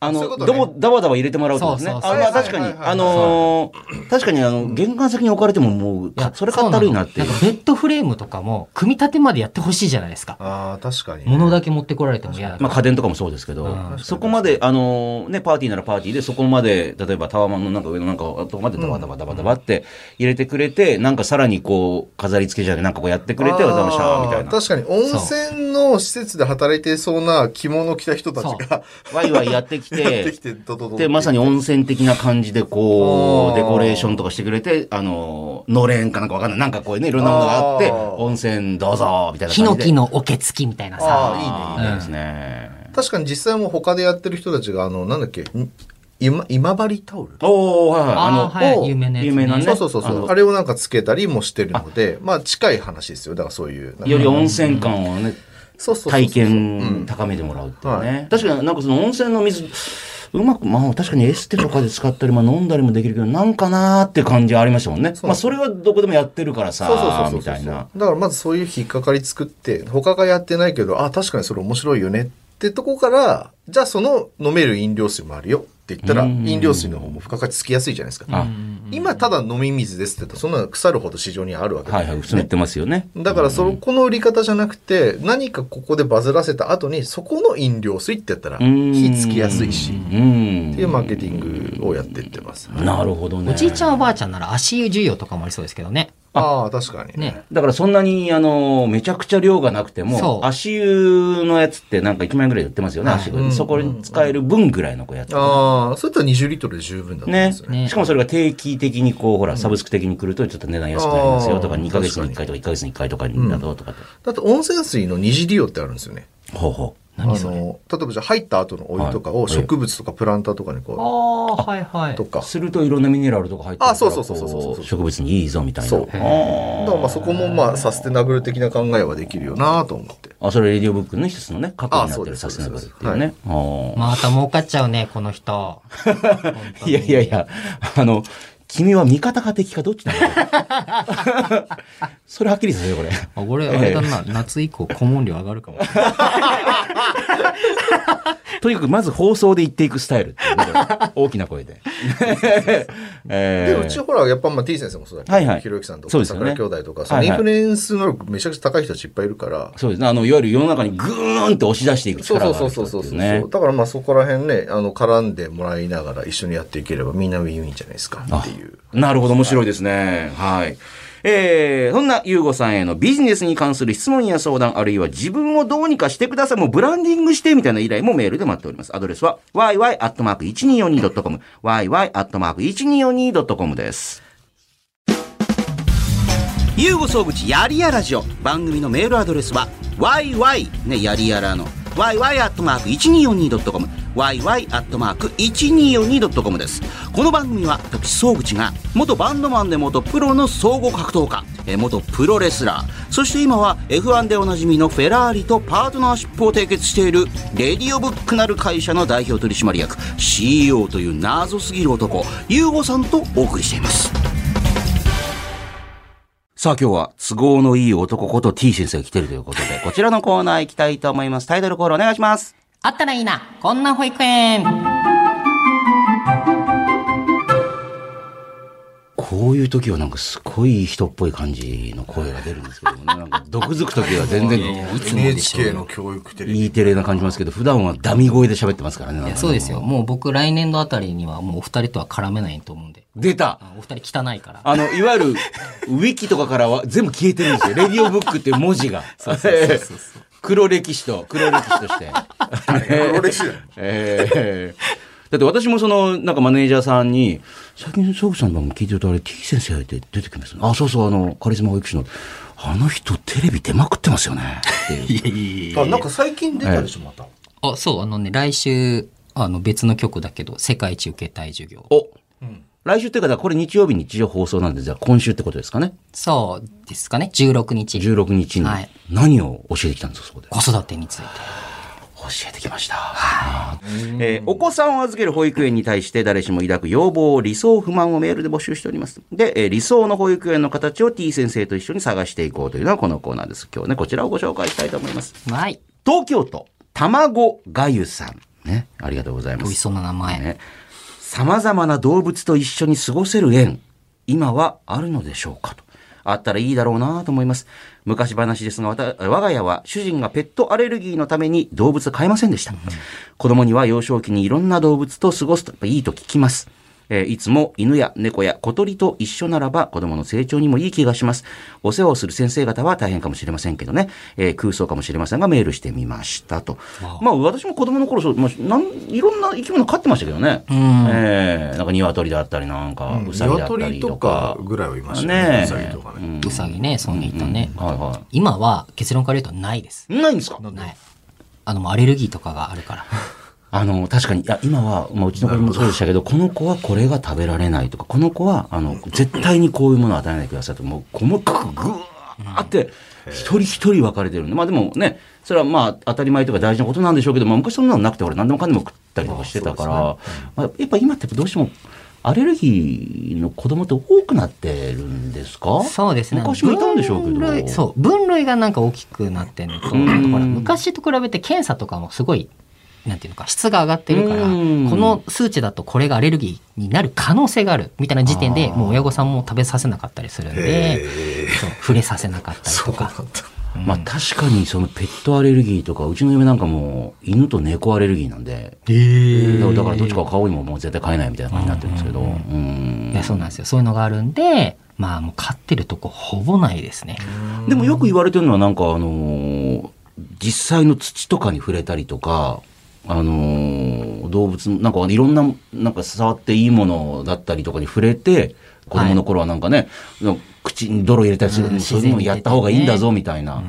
A: あ
B: そういうこ
A: の、
B: と
A: ど
B: ね
A: も、だわだわ入れてもらうってことですね。
C: そうそうそう
A: あ、まあ確か
B: は
A: に
B: いはい、はいはい
A: あのー確かにあの、玄関先に置かれてももう、
C: いや
A: かそれかったるいなってい
C: そう
A: う
C: の。なんかベッドフレームとかも、組み立てまでやってほしいじゃないですか。
B: ああ、確かに、
C: 物だけ持ってこられても嫌だか
A: ま
C: ら。
A: あ家電とかもそうですけど、そこまで、あのーね、パーティーならパーティーで、そこまで、例えばタワマンのなんか上のなんか、とこまでダバダバダバダバって入れてくれて、なんかさらにこう、飾り付けじゃない、なんかこうやってくれて、おざましゃーみたい
B: あー
A: な。
B: 確かに、温泉の施設で働いてそうな着物を着た人たちが、
A: ワイワイやってき
B: <laughs> やっててき、て、ドドド
A: で、まさに温泉的な感じで、こ
B: あ
A: う、デ
B: ー
A: コレーションとかしてくれて、あのー、のれんかなんかわかんない。なんかこうね、いろんなものがあって、
B: あー
A: 温泉どうぞみたいな
C: ヒノ
A: 感じで。
C: キの桶付きみたいなさ。
A: あ
B: あ
A: ー
B: ーいいねいいね
A: いいですね。
B: 確かに実際もう他でやってる人たちが、あの、なんだっけ、ん今、今治タオル
A: おー、はいはい。
C: あーはい
A: おー
C: 有名なやつね
A: 有名なね。
B: そうそうそうそ
A: あ
B: う
A: の
B: あれをなんかつけたりもしてるのでまあ近い話ですよだからそういう
A: より温泉感をね、
B: そうそうそうそう
A: 体験高めてもらうっていう
B: は
A: ね。確かになんかその温泉の水、うまく、まあ確かにエステとかで使ったり、まあ飲んだりもできるけど、なんかなーって感じはありましたもんね。
B: そう
A: まあそれはどこでもやってるからさ
B: そうそうそう
A: ー、
B: そう
A: みたいな。
B: だからまずそういう引っかかり作って他がやってないけどあ確かにそれ面白いよねってとこからじゃあその飲める飲料水もあるよって言ったら
A: うん
B: 飲料水の方も付加価値つきやすいじゃないですか
A: あ
B: 今ただ飲み水ですって言ったらそんなの腐るほど市場にあるわけ
A: はいはい、薄めてますよね。
B: だからそこの売り方じゃなくて何かここでバズらせた後にそこの飲料水ってやったら
A: うん
B: 火つきやすいしっ
A: うん
B: ていうマーケティングをやっていってます。
A: なるほどね。
C: おじいちゃんおばあちゃんなら足湯需要とかもありそうですけどね。
B: ああ確かに
C: ね。
A: だからそんなに、あの、めちゃくちゃ量がなくて
C: そ
A: も、
C: う
A: 足湯のやつってなんか1万円ぐらいで売ってますよね、
C: はい
A: 足
B: う
A: 湯。
B: ん
A: そこに使える分ぐらいのこうやつ。
B: ああそういったら20リットルで十分だと思うん
A: ね
B: ですよね。
C: ね
A: しかもそれが定期的にこう、ほら、サブスク的に来るとちょっと値段安くなりますよとか、
B: あー
A: 2ヶ月に1回とか1ヶ月に1回とかにだととかって。
B: だって温泉水の二次利用ってあるんですよね。
A: ほうほう。
B: あの例えばじゃあ入った後のお湯とかを
A: はい
B: 植物とかプランターとかに
C: あ
B: こ
C: あ、はいは
B: う
C: い
B: と。か。
A: するといろんなミネラルとか入ってるから
B: あそうそうそうそうそう
A: こ植物にいいぞみたいな。
B: そう
A: あー
B: だからまあそこもまあサステナブル的な考えはできるよなと思って。
A: あ、それレディオブックの一つのね、核にな
B: あ
A: っ
B: そう
A: てる
B: で
A: サ
B: す
A: ステナブルっていうね。あー
C: また儲かっちゃうね、この人。 <laughs>
A: いやいやいや、あの、君は味方か敵かどっちなのそれはっきりさせよ、これ。
C: あ俺、あれだな、夏以降、顧問料上がるかも。
A: とにかくまず放送で言っていくスタイルっていうねこれ大きな
B: <laughs>
A: 声で。
B: で
A: え
B: うちほらやっぱまあ T 先生もそうだけど、
A: はいはい
B: ひろゆきさんと
A: そう
B: か
A: ですよね
B: 桜兄弟とかそ
A: は
B: の
A: い
B: イ
A: は
B: ン
A: い
B: フルエンス能力めちゃくちゃ高い人たちいっぱいいるから
A: ー、そうですね。あの、いわゆる世の中にぐーんと押し出していく
B: そう
A: 力が
B: そう
A: ある
B: そう
A: 人
B: そう
A: って
B: そ
A: いうう
B: そう、
A: ね。
B: だからまあそこら辺ねあの絡んでもらいながら一緒にやっていければみんなウィンウィンじゃないですかっていう
A: なるほど、面白いですね。はい。えー、そんなゆうごさんへのビジネスに関する質問や相談、あるいは自分をどうにかしてください。もうブランディングして、みたいな依頼もメールで待っております。アドレスは、yy.1242.com、yy.1242.com です。ユーゴ総口やりやラジオ番組のメールアドレスは yy ねやりやらの yy アットマーク 1242.com yy アットマーク 1242.com ですこの番組は私総口が元バンドマンで元プロの総合格闘家えー元プロレスラーそして今は F1 でおなじみのフェラーリとパートナーシップを締結しているレディオブックなる会社の代表取締役 CEO という謎すぎる男ユーゴさんとお送りしていますさあ今日は都合のいい男こと T 先生が来てるということで、こちらのコーナー行きたいと思います。タイトルコールお願いします。
C: あったらいいな、こんな保育園。
A: こういう時はなんかすごい人っぽい感じの声が出るんですけども <laughs> ね、なんか毒づく時は全然
B: NHK の教育テレビ
A: E テレな感じますけど、普段はダミ声で喋ってますからね。なんか
C: そうですよ。もう僕来年度あたりにはもうお二人とは絡めないと思うんで。
A: 出た
C: あお二人汚いから。
A: あの、いわゆる、ウィキとかからは全部消えてるんですよ。レディオブックっていう文字が。黒歴史と、黒歴史として。
B: 黒歴史だよ
A: えーだって私もその、なんかマネージャーさんに、最近、ソークさんの番組聞いてると、あれ、T 先生って出てきますね。あ、そうそう、あの、カリスマ保育士の、あの人テレビ出まくってますよね。っていう
B: あなんか最近出たでしょまた
C: あ、そう、あのね、来週、あの別の局だけど、世界一受けたい授業。
A: お、来週っていうか、だからこれ日曜日に一応放送なんで、じゃあ今週ってことですかね。
C: そうですかね、16日。
A: 16日に
C: はい。
A: 何を教えてきたんですか、そこで。
C: 子育てについて。
A: 教えてきました。えーお子さんを預ける保育園に対して誰しも抱く要望、理想、不満をメールで募集しております。で、えー理想の保育園の形を T 先生と一緒に探していこうというのはこのコーナーです。今日ね、こちらをご紹介したいと思います。
C: はい。
A: 東京都、卵がゆさん。ね、ありがとうござい
C: 美
A: ま
C: 味し
A: す。
C: そうな名前。
A: ね、様々な動物と一緒に過ごせる縁、今はあるのでしょうかと。あったらいいだろうなと思います。昔話ですが、わた我が家は主人がペットアレルギーのために動物飼えませんでした。子供には幼少期にいろんな動物と過ごすとやっぱいいと聞きます。えーいつも犬や猫や小鳥と一緒ならば子供の成長にもいい気がします。お世話をする先生方は大変かもしれませんけどね、えー空想かもしれませんがメールしてみましたと。まあ私も子供の頃そう、まあ、なんいろんな生き物飼ってましたけどね。えーなんか鶏だったりなんかウサギだったり
B: 鶏
A: と
B: と
A: か
B: か。ぐらいはいました
A: ねえ
B: ねウサギとかね
C: うさぎね、そうにいたね。
A: はいは
C: 今は結論から言うとないです。
A: い。ないんですか
C: ない。あの、もうアレルギーとかがあるから。
A: あの、確かに、いや、今は、まあ、うちの子供もそうでしたけど、この子はこれが食べられないとか、この子は、あの、絶対にこういうものを与えないでくださいと、もう、細かくぐーって、一人一人分かれてるんで、まあでもね、それはまあ、当たり前とか大事なことなんでしょうけど、まあ、昔そんなのなくて、俺、何でもかんでも食ったりとかしてたから、まあ、やっぱ今ってどうしても、アレルギーの子供って多くなってるんですか
C: <laughs> そうですね。
A: 昔もいたんでしょうけど。
C: 分類そう。分類がなんか大きくなってるのと、あとほら、昔と比べて検査とかもすごい、なんていうのか、質が上がってるから、こ
A: うん
C: の数値だとこれがアレルギーになる可能性があるみたいな時点で、もう親御さんも食べさせなかったりするんで、
B: へえ
C: そう触れさせなかったりとか。
A: まあ確かにそのペットアレルギーとか、うちの嫁なんかもう犬と猫アレルギーなんで、だからだからどっちかを飼おうにももう絶対飼えないみたいな感じになってるんですけど、うん
C: いやそうなんですよそういうのがあるんでまあもう飼ってるとこほぼないですね
A: でもよく言われてるのはなんかあのー実際の土とかに触れたりとか、あのー動物のなんかいろんななんか触っていいものだったりとかに触れて子供の頃はなんかね、なんか口に泥入れたりする、
C: うん
A: そういうのをやった方がいいんだぞみたいな。
C: ん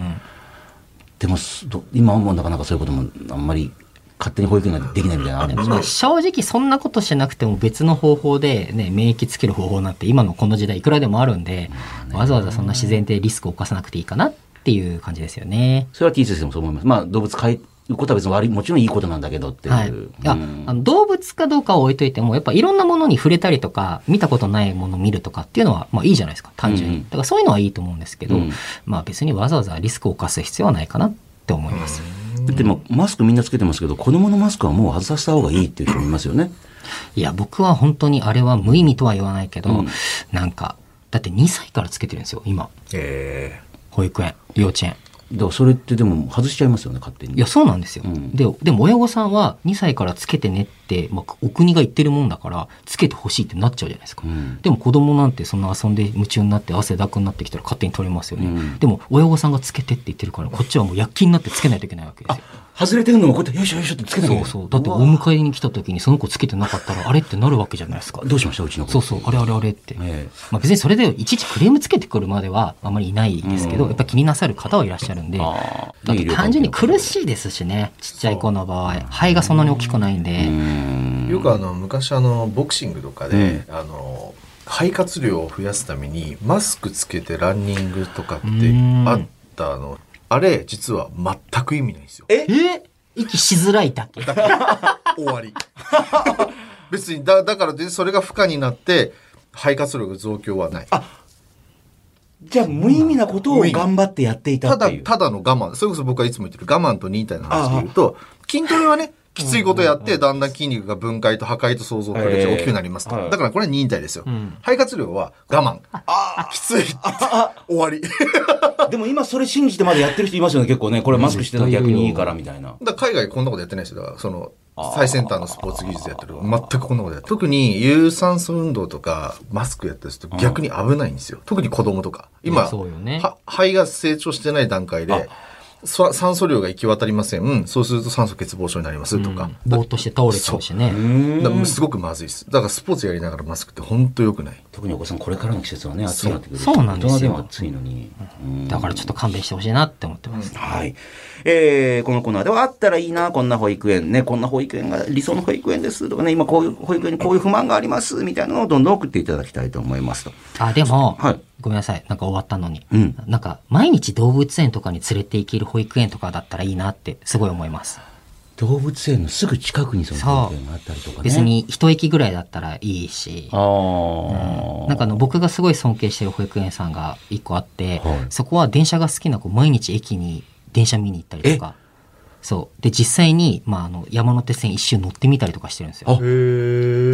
A: でもすど今はもうなかなかそういうこともあんまり勝手に保育園ができないみたいなのあるんですか
C: まあ正直そんなことしなくても別の方法で、ね、免疫つける方法なんて今のこの時代いくらでもあるんで、わざわざそんな自然でリスクを犯さなくていいかなっていう感じですよね。
A: それはてぃ先生もそう思います。まあ動物飼うことは別に悪い、もちろんいいことなんだけどっていう。
C: はい、いや
A: うん
C: あの動物かどうかは置いといてもやっぱいろんなものに触れたりとか見たことないものを見るとかっていうのはまあいいじゃないですか単純に、
A: うん
C: だからそういうのはいいと思うんですけど、
A: うん
C: まあ別にわざわざリスクを犯す必要はないかなって思います。
A: だってもうマスクみんなつけてますけど、子供のマスクはもう外させた方がいいっていう人もいますよね。
C: いや、僕は本当にあれは無意味とは言わないけど、なんか、だって2歳からつけてるんですよ、今。
B: え
C: 保育園、幼稚園。
A: だからそれってでも外しちゃいますよね、勝手に。
C: いや、そうなんですよ。
A: うん
C: で、でも親御さんは2歳からつけてねって、まあ、お国が言ってるもんだから、つけてほしいってなっちゃうじゃないですか。
A: うん
C: でも子供なんてそんな遊んで夢中になって汗だくになってきたら勝手に取れますよね。
A: うん
C: でも親御さんがつけてって言ってるから、こっちはもう躍起になってつけないといけないわけですよ。
A: 外れてるのをこうやって、よいしょよいしょってつけなきゃい
C: そ
A: け
C: う
A: ない
C: そう。だってお迎えに来た時にその子つけてなかったら、あれってなるわけじゃないですか。
A: どうしましたうちの子。
C: そうそう、あれあれあれって。
A: ええ
C: まあ、別にそれでいちいちクレームつけてくるまではあまりいないですけど、やっぱ気になさる方はいらっしゃるんで、
A: ああ
C: だって単純に苦
A: い。
C: しいですしね、ちっちゃい子の場合、肺がそんなに大きくないんで、
B: えよくあの昔あのボクシングとかで、あの肺活量を増やすためにマスクつけてランニングとかって
C: うん
B: あったのあれ実は全く意味ないんですよ
A: え
C: え息しづらいだけ。
B: 終わり <laughs> 別にだだからでそれが負荷になって肺活量の増強はない
A: じゃあ無意味なことを頑張ってやっていた
B: た
A: って
B: だ、
A: いう。
B: ただの我慢。それこそ僕はいつも言ってる我慢と忍耐の話で言うと、筋トレはね、きついことやって、だんだん筋肉が分解と破壊と創造と
A: ええ
B: 大きくなりますと。
A: はい
B: だからこれは忍耐ですよ。
C: ん
B: 肺活量は我慢。きつい。 <laughs> 終わり。だか
A: でも今それ信じてまだやってる人いますよね、結構ね。これマスクしてたら逆にいいからみたいな。
B: ら海外こんなことやってないですよ。だからその
A: あー、
B: 最先端のスポーツ技術やってる。全くこんなことやってる。特に有酸素運動とか、マスクやってると逆に危ないんですよ。特に子供とか。今、
C: そうよね
B: は肺が成長してない段階で、そ酸素量が行き渡りません。そうすると酸素欠乏症になりますとか。
C: ぼーっとして倒れちゃうしね。
B: だからすごくまずいです。だからスポーツやりながらマスクって本当良くない。
A: 特にお子さんこれからの季節はね、暑くなってくる。
C: そうそうなんですよ
A: 大人でも暑いのに。うん
C: だからちょっと勘弁してほしいなって思ってます。
A: はい。えー、このコーナーではあったらいいな、こんな保育園ね、こんな保育園が理想の保育園ですとかね、今こういう保育園にこういう不満があります、みたいなのをどんどん送っていただきたいと思いますと。
C: あ、でも、
A: はい
C: ごめんなさい。なんか終わったのに。
A: うん
C: なんか、毎日動物園とかに連れて行ける保育園とかだったらいいなってすごい思います。
A: 動物園のすぐ近くにその保育園があったりとかね。
C: 別。に一駅ぐらいだったらいいし
A: あ。あ、
C: なんかあの僕がすごい尊敬してる保育園さんが一個あって、
A: はい
C: そこは電車が好きな子毎日駅に電車見に行ったりとかそうで実際に、まあ、あの山手線一周乗ってみたりとかしてるんですよ
A: あ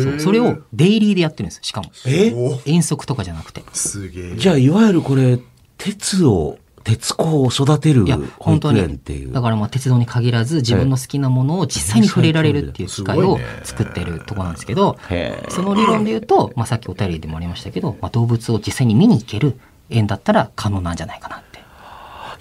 C: そうそれをデイリーでやってるんですしかも
A: え
B: お
C: 遠足とかじゃなくて
B: すげえ。
A: じゃあ、いわゆるこれ、鉄を、鉄子を育てる
C: いや
A: 保
C: 本当
A: 育
C: に
A: 園っていう。
C: だからまあ鉄道に限らず自分の好きなものを実際に触れられるっていう機会
B: すご
C: を
B: いね
C: 作ってるとこなんですけど
A: へえ
C: その理論で言うと、まあ、さっきお便りでもありましたけど、まあ、動物を実際に見に行ける園だったら可能なんじゃないかなって。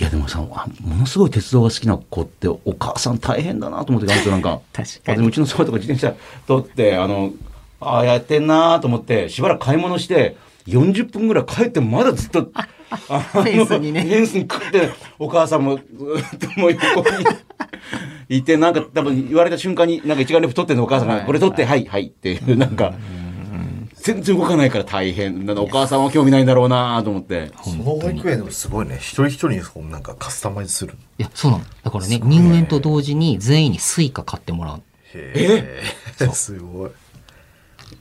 A: いやでもさ、あものすごい鉄道が好きな子ってお母さん大変だなと思って、あの人なん <laughs> か。
C: 確
A: あでもうちの妻とか自転車取って、あの、ああ、やってんなと思って、しばらく買い物して、40分ぐらい帰ってもまだずっと、あの <laughs> フ
C: ェンスにね
A: ェンスに食って、お母さんも、ずっともう横にいて、なんか多分言われた瞬間に、なんか一眼レフ撮ってんのお母さんが、これ撮って、はい、はいっていう、なんか、全然動かないから大変。なんかお母さんは興味ないんだろうなと思って。
B: その保育園でもすごいね。一人一人にこうなんかカスタマイズする。
C: いや、そうなの。だからね、入園と同時に全員にスイカ買ってもらう。
B: へえ。 <laughs> すごい。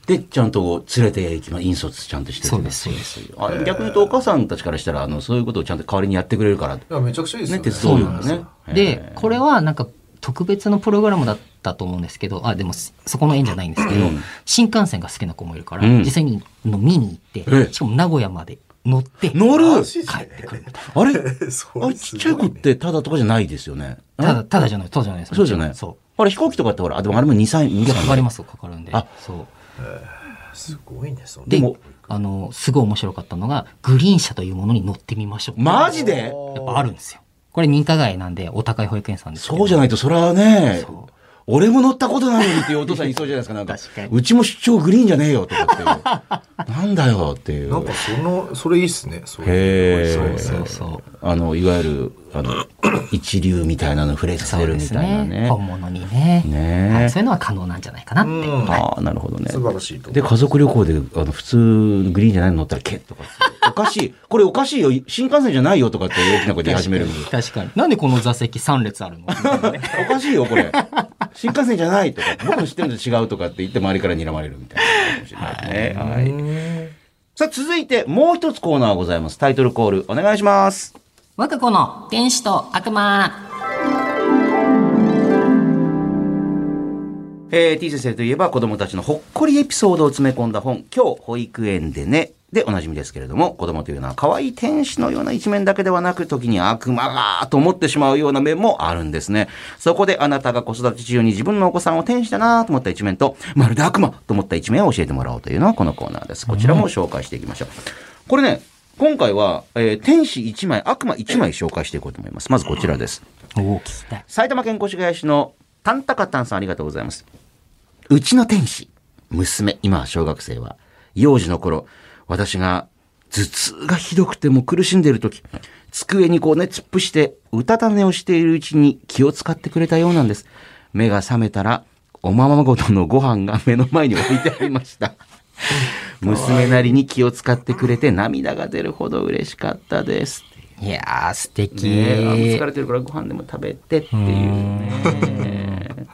A: で、ちゃんと連れて行きます。引率ちゃんとしてる
C: そうですそうです
A: あ逆に言うと、お母さんたちからしたら、あの、そういうことをちゃんと代わりにやってくれるから、ね、
B: いやめちゃくちゃいいですよね。
A: 鉄道員がね。
C: で、これはなんか特別のプログラムだったと思うんですけど、あ、でもそそこの園じゃないんですけど、新幹線が好きな子もいるか
A: う
C: ら、
A: ん
C: 実際にの見に行っ
A: ええ
C: て、しかも名古屋まで乗って、
A: 乗る
B: 帰
C: 帰ってくるみたい
A: あれ
B: それ
A: あれちっちゃい子ってただとかじゃないですよね。
C: な。ただ、ただじゃない、そうじゃないです。
A: そうじゃない
C: そ
A: あれ飛行機とかってほら、あ、でもあれも2歳、2
C: う。かかり
A: 歳。
C: ますよ、かかるんで。
A: あ
C: そう。
B: すごいね。そ
A: で
C: で
A: も、
C: あの、すごい面白かったのが、グリーン車というものに乗ってみましょう。
A: マジで
C: やっぱあるんですよ。これ認可外なんで、お高い保育園さんですけど。
A: そうじゃないと、それはね
C: そう、
A: 俺も乗ったことないのにっていうお父さんいそうじゃないですか、なんか。
C: 確かに
A: うちも出張グリーンじゃねえよとかっていう。なんだよっていう。
B: なんかそのそれいいっすね。そう
A: へ
B: いう
A: ー
B: そう
C: そうそう。
A: あの、いわゆる、あの、一流みたいなの触れさ
C: そ
A: せ
C: う
A: る
C: で
A: み
C: す
A: たいなね。
C: 本物にね
A: ね
C: はい、そういうのは可能なんじゃないかなって、
B: うん
A: ああ、なるほどね。
B: 素晴らしいと思う
A: で、家族旅行で、あの、普通、グリーンじゃないの乗ったら、けとかって。おかしい。これおかしいよ。新幹線じゃないよとかって大きな声で言い始める。
C: 確かになんでこの座席3列 <laughs> あるのみたいなね
A: おかしいよ、これ。新幹線じゃないとか、僕の知ってるのと違うとかって言って周りから睨まれるみたいなかもしれないですね。はい。さあ、続いて、もう一つコーナーございます。タイトルコール、お願いします。
C: 我が子の天使と悪魔
A: えー、t 先生といえば子供たちのほっこりエピソードを詰め込んだ本、今日保育園でね、でおなじみですけれども、子供というのは可愛い天使のような一面だけではなく、時に悪魔がと思ってしまうような面もあるんですね。そこであなたが子育て中に自分のお子さんを天使だなと思った一面と、まるで悪魔と思った一面を教えてもらおうというのはこのコーナーです。こちらも紹介していきましょう。これね、今回は、えー天使1枚、悪魔1枚紹介していこうと思います。まずこちらです。
C: おお聞きたい
A: 埼玉県越谷市のタンタカタンさんありがとうございます。うちの天使、娘、今は小学生は、幼児の頃、私が頭痛がひどくてもう苦しんでいる時、机にこうね、突っ伏して、うたた寝をしているうちに気を使ってくれたようなんです。目が覚めたら、おままごとのご飯が目の前に置いてありました。娘なりに気を使ってくれて涙が出るほど嬉しかったです。
C: いやー素敵、
A: ねえ、あの疲れてるからご飯でも食べてっていうね。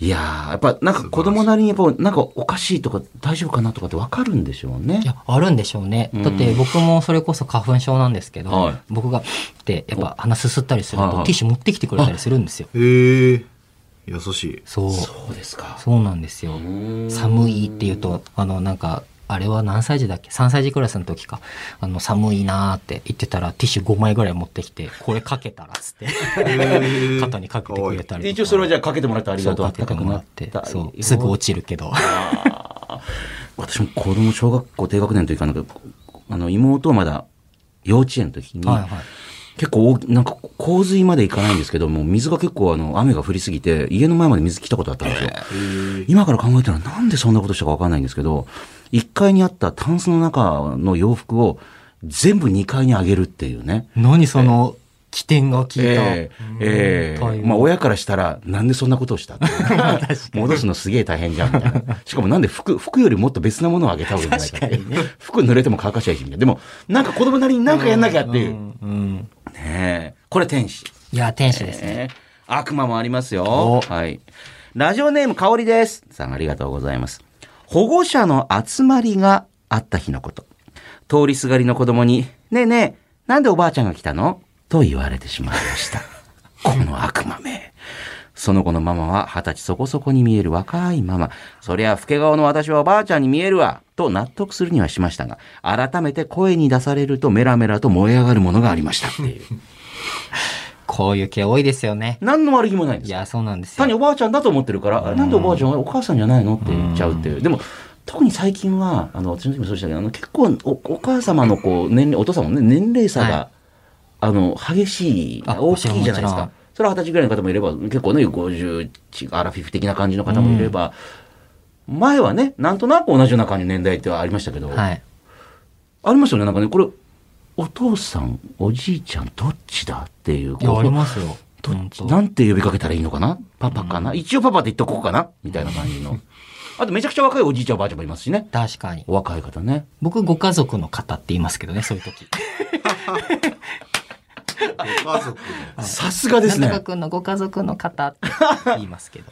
A: いやー、やっぱなんか子供なりにやっぱなんかおかしいとか大丈夫かなとかってわかるんでしょうね
C: い。や、あるんでしょうね。だって僕もそれこそ花粉症なんですけど、
A: はい
C: 僕がってやっぱ鼻すすったりする
A: はい
C: と
A: は
C: テ
A: い
C: ィッシュ持ってきてくれたりするんですよ。
B: へえ優しい
C: そう。
A: そうですか。
C: そうなんですよ。寒いっていうと、あの、なんか、あれは何歳児だっけ ?3 歳児クラスの時か。あの、寒いなーって言ってたら、ティッシュ5枚ぐらい持ってきて、これかけたらっつって、
B: ー
C: 肩にかけてくれたりとか。
A: 一応それはじゃあかけてもらってあり
C: そ
A: が
C: う
A: とう。
C: かけてもらって
A: 暖かくな、た
C: そう、すぐ落ちるけど。
A: 私も子供小学校低学年の時かなんか、あの妹はまだ幼稚園の時に、
C: はいはい
A: 結構大き、なんか洪水までいかないんですけど、もう水が結構あの雨が降りすぎて、家の前まで水来たことあったんですよ。今から考えたらなんでそんなことしたかわかんないんですけど、1階にあったタンスの中の洋服を全部2階に上げるっていうね。
C: 何その、起点が効いた。
A: ええええ
C: 対応
A: まあ親からしたら、なんでそんなことをしたって <laughs> 戻すのすげえ大変じゃん、みたいな。しかもなんで服、服よりもっと別なものをあげた方がいいんじゃないかっていう。服濡れても乾かしちゃいけない。でも、なんか子供なりになんかやんなきゃっていう。ね
C: うん。
A: え。これ天使。
C: いや、天使ですね。
A: ね悪魔もありますよ
C: お。
A: はい。ラジオネーム、香りです。さん、ありがとうございます。保護者の集まりがあった日のこと。通りすがりの子供に、ねえねえ、なんでおばあちゃんが来たのと言われてしまいま
C: <laughs>
A: した。この悪魔め。その子のママは二十歳そこそこに見える若いママ。そりゃ、老け顔の私はおばあちゃんに見えるわ。と納得するにはしましたが、改めて声に出されるとメラメラと燃え上がるものがありました。って
C: <laughs>
A: いう。
C: こういう系多いですよね。
A: 何の悪気もないんです
C: い。や、そうなんですよ。
A: 単におばあちゃんだと思ってるから、あなんでおばあちゃんはお母さんじゃないのって言っちゃうっていう。でも、特に最近は、あの、私の時もそうでしたけど、あの、結構お、お母様のこう、年齢、お父様のね、年齢差が、
C: は
A: あの、激しい、
C: あ
A: 大きいじゃないで
C: も
A: す
C: ちろ
A: か
C: ん。
A: それは二十歳ぐらいの方もいれば、結構ね、50、アラフィフ的な感じの方もいれば、前はね、なんとなく同じような感じの年代ってはありましたけど、
C: はい。
A: ありましたよね、なんかね、これ、お父さん、おじいちゃん、どっちだっていう、
C: いや、
A: こ
C: あ
A: う
C: りますよ。
A: ど
C: 本当
A: なんて呼びかけたらいいのかなパパかな、一応パパって言っとこうかなみたいな感じ <laughs> の。あとめちゃくちゃ若いおじいちゃんおばあちゃんもいますしね。
C: 確かに。
A: お若い方ね。
C: 僕、ご家族の方って言いますけどね、そういう時。
B: ご家族
A: さすが
C: なんとか。君のご家族の方って言いま
A: <laughs>
C: すけど。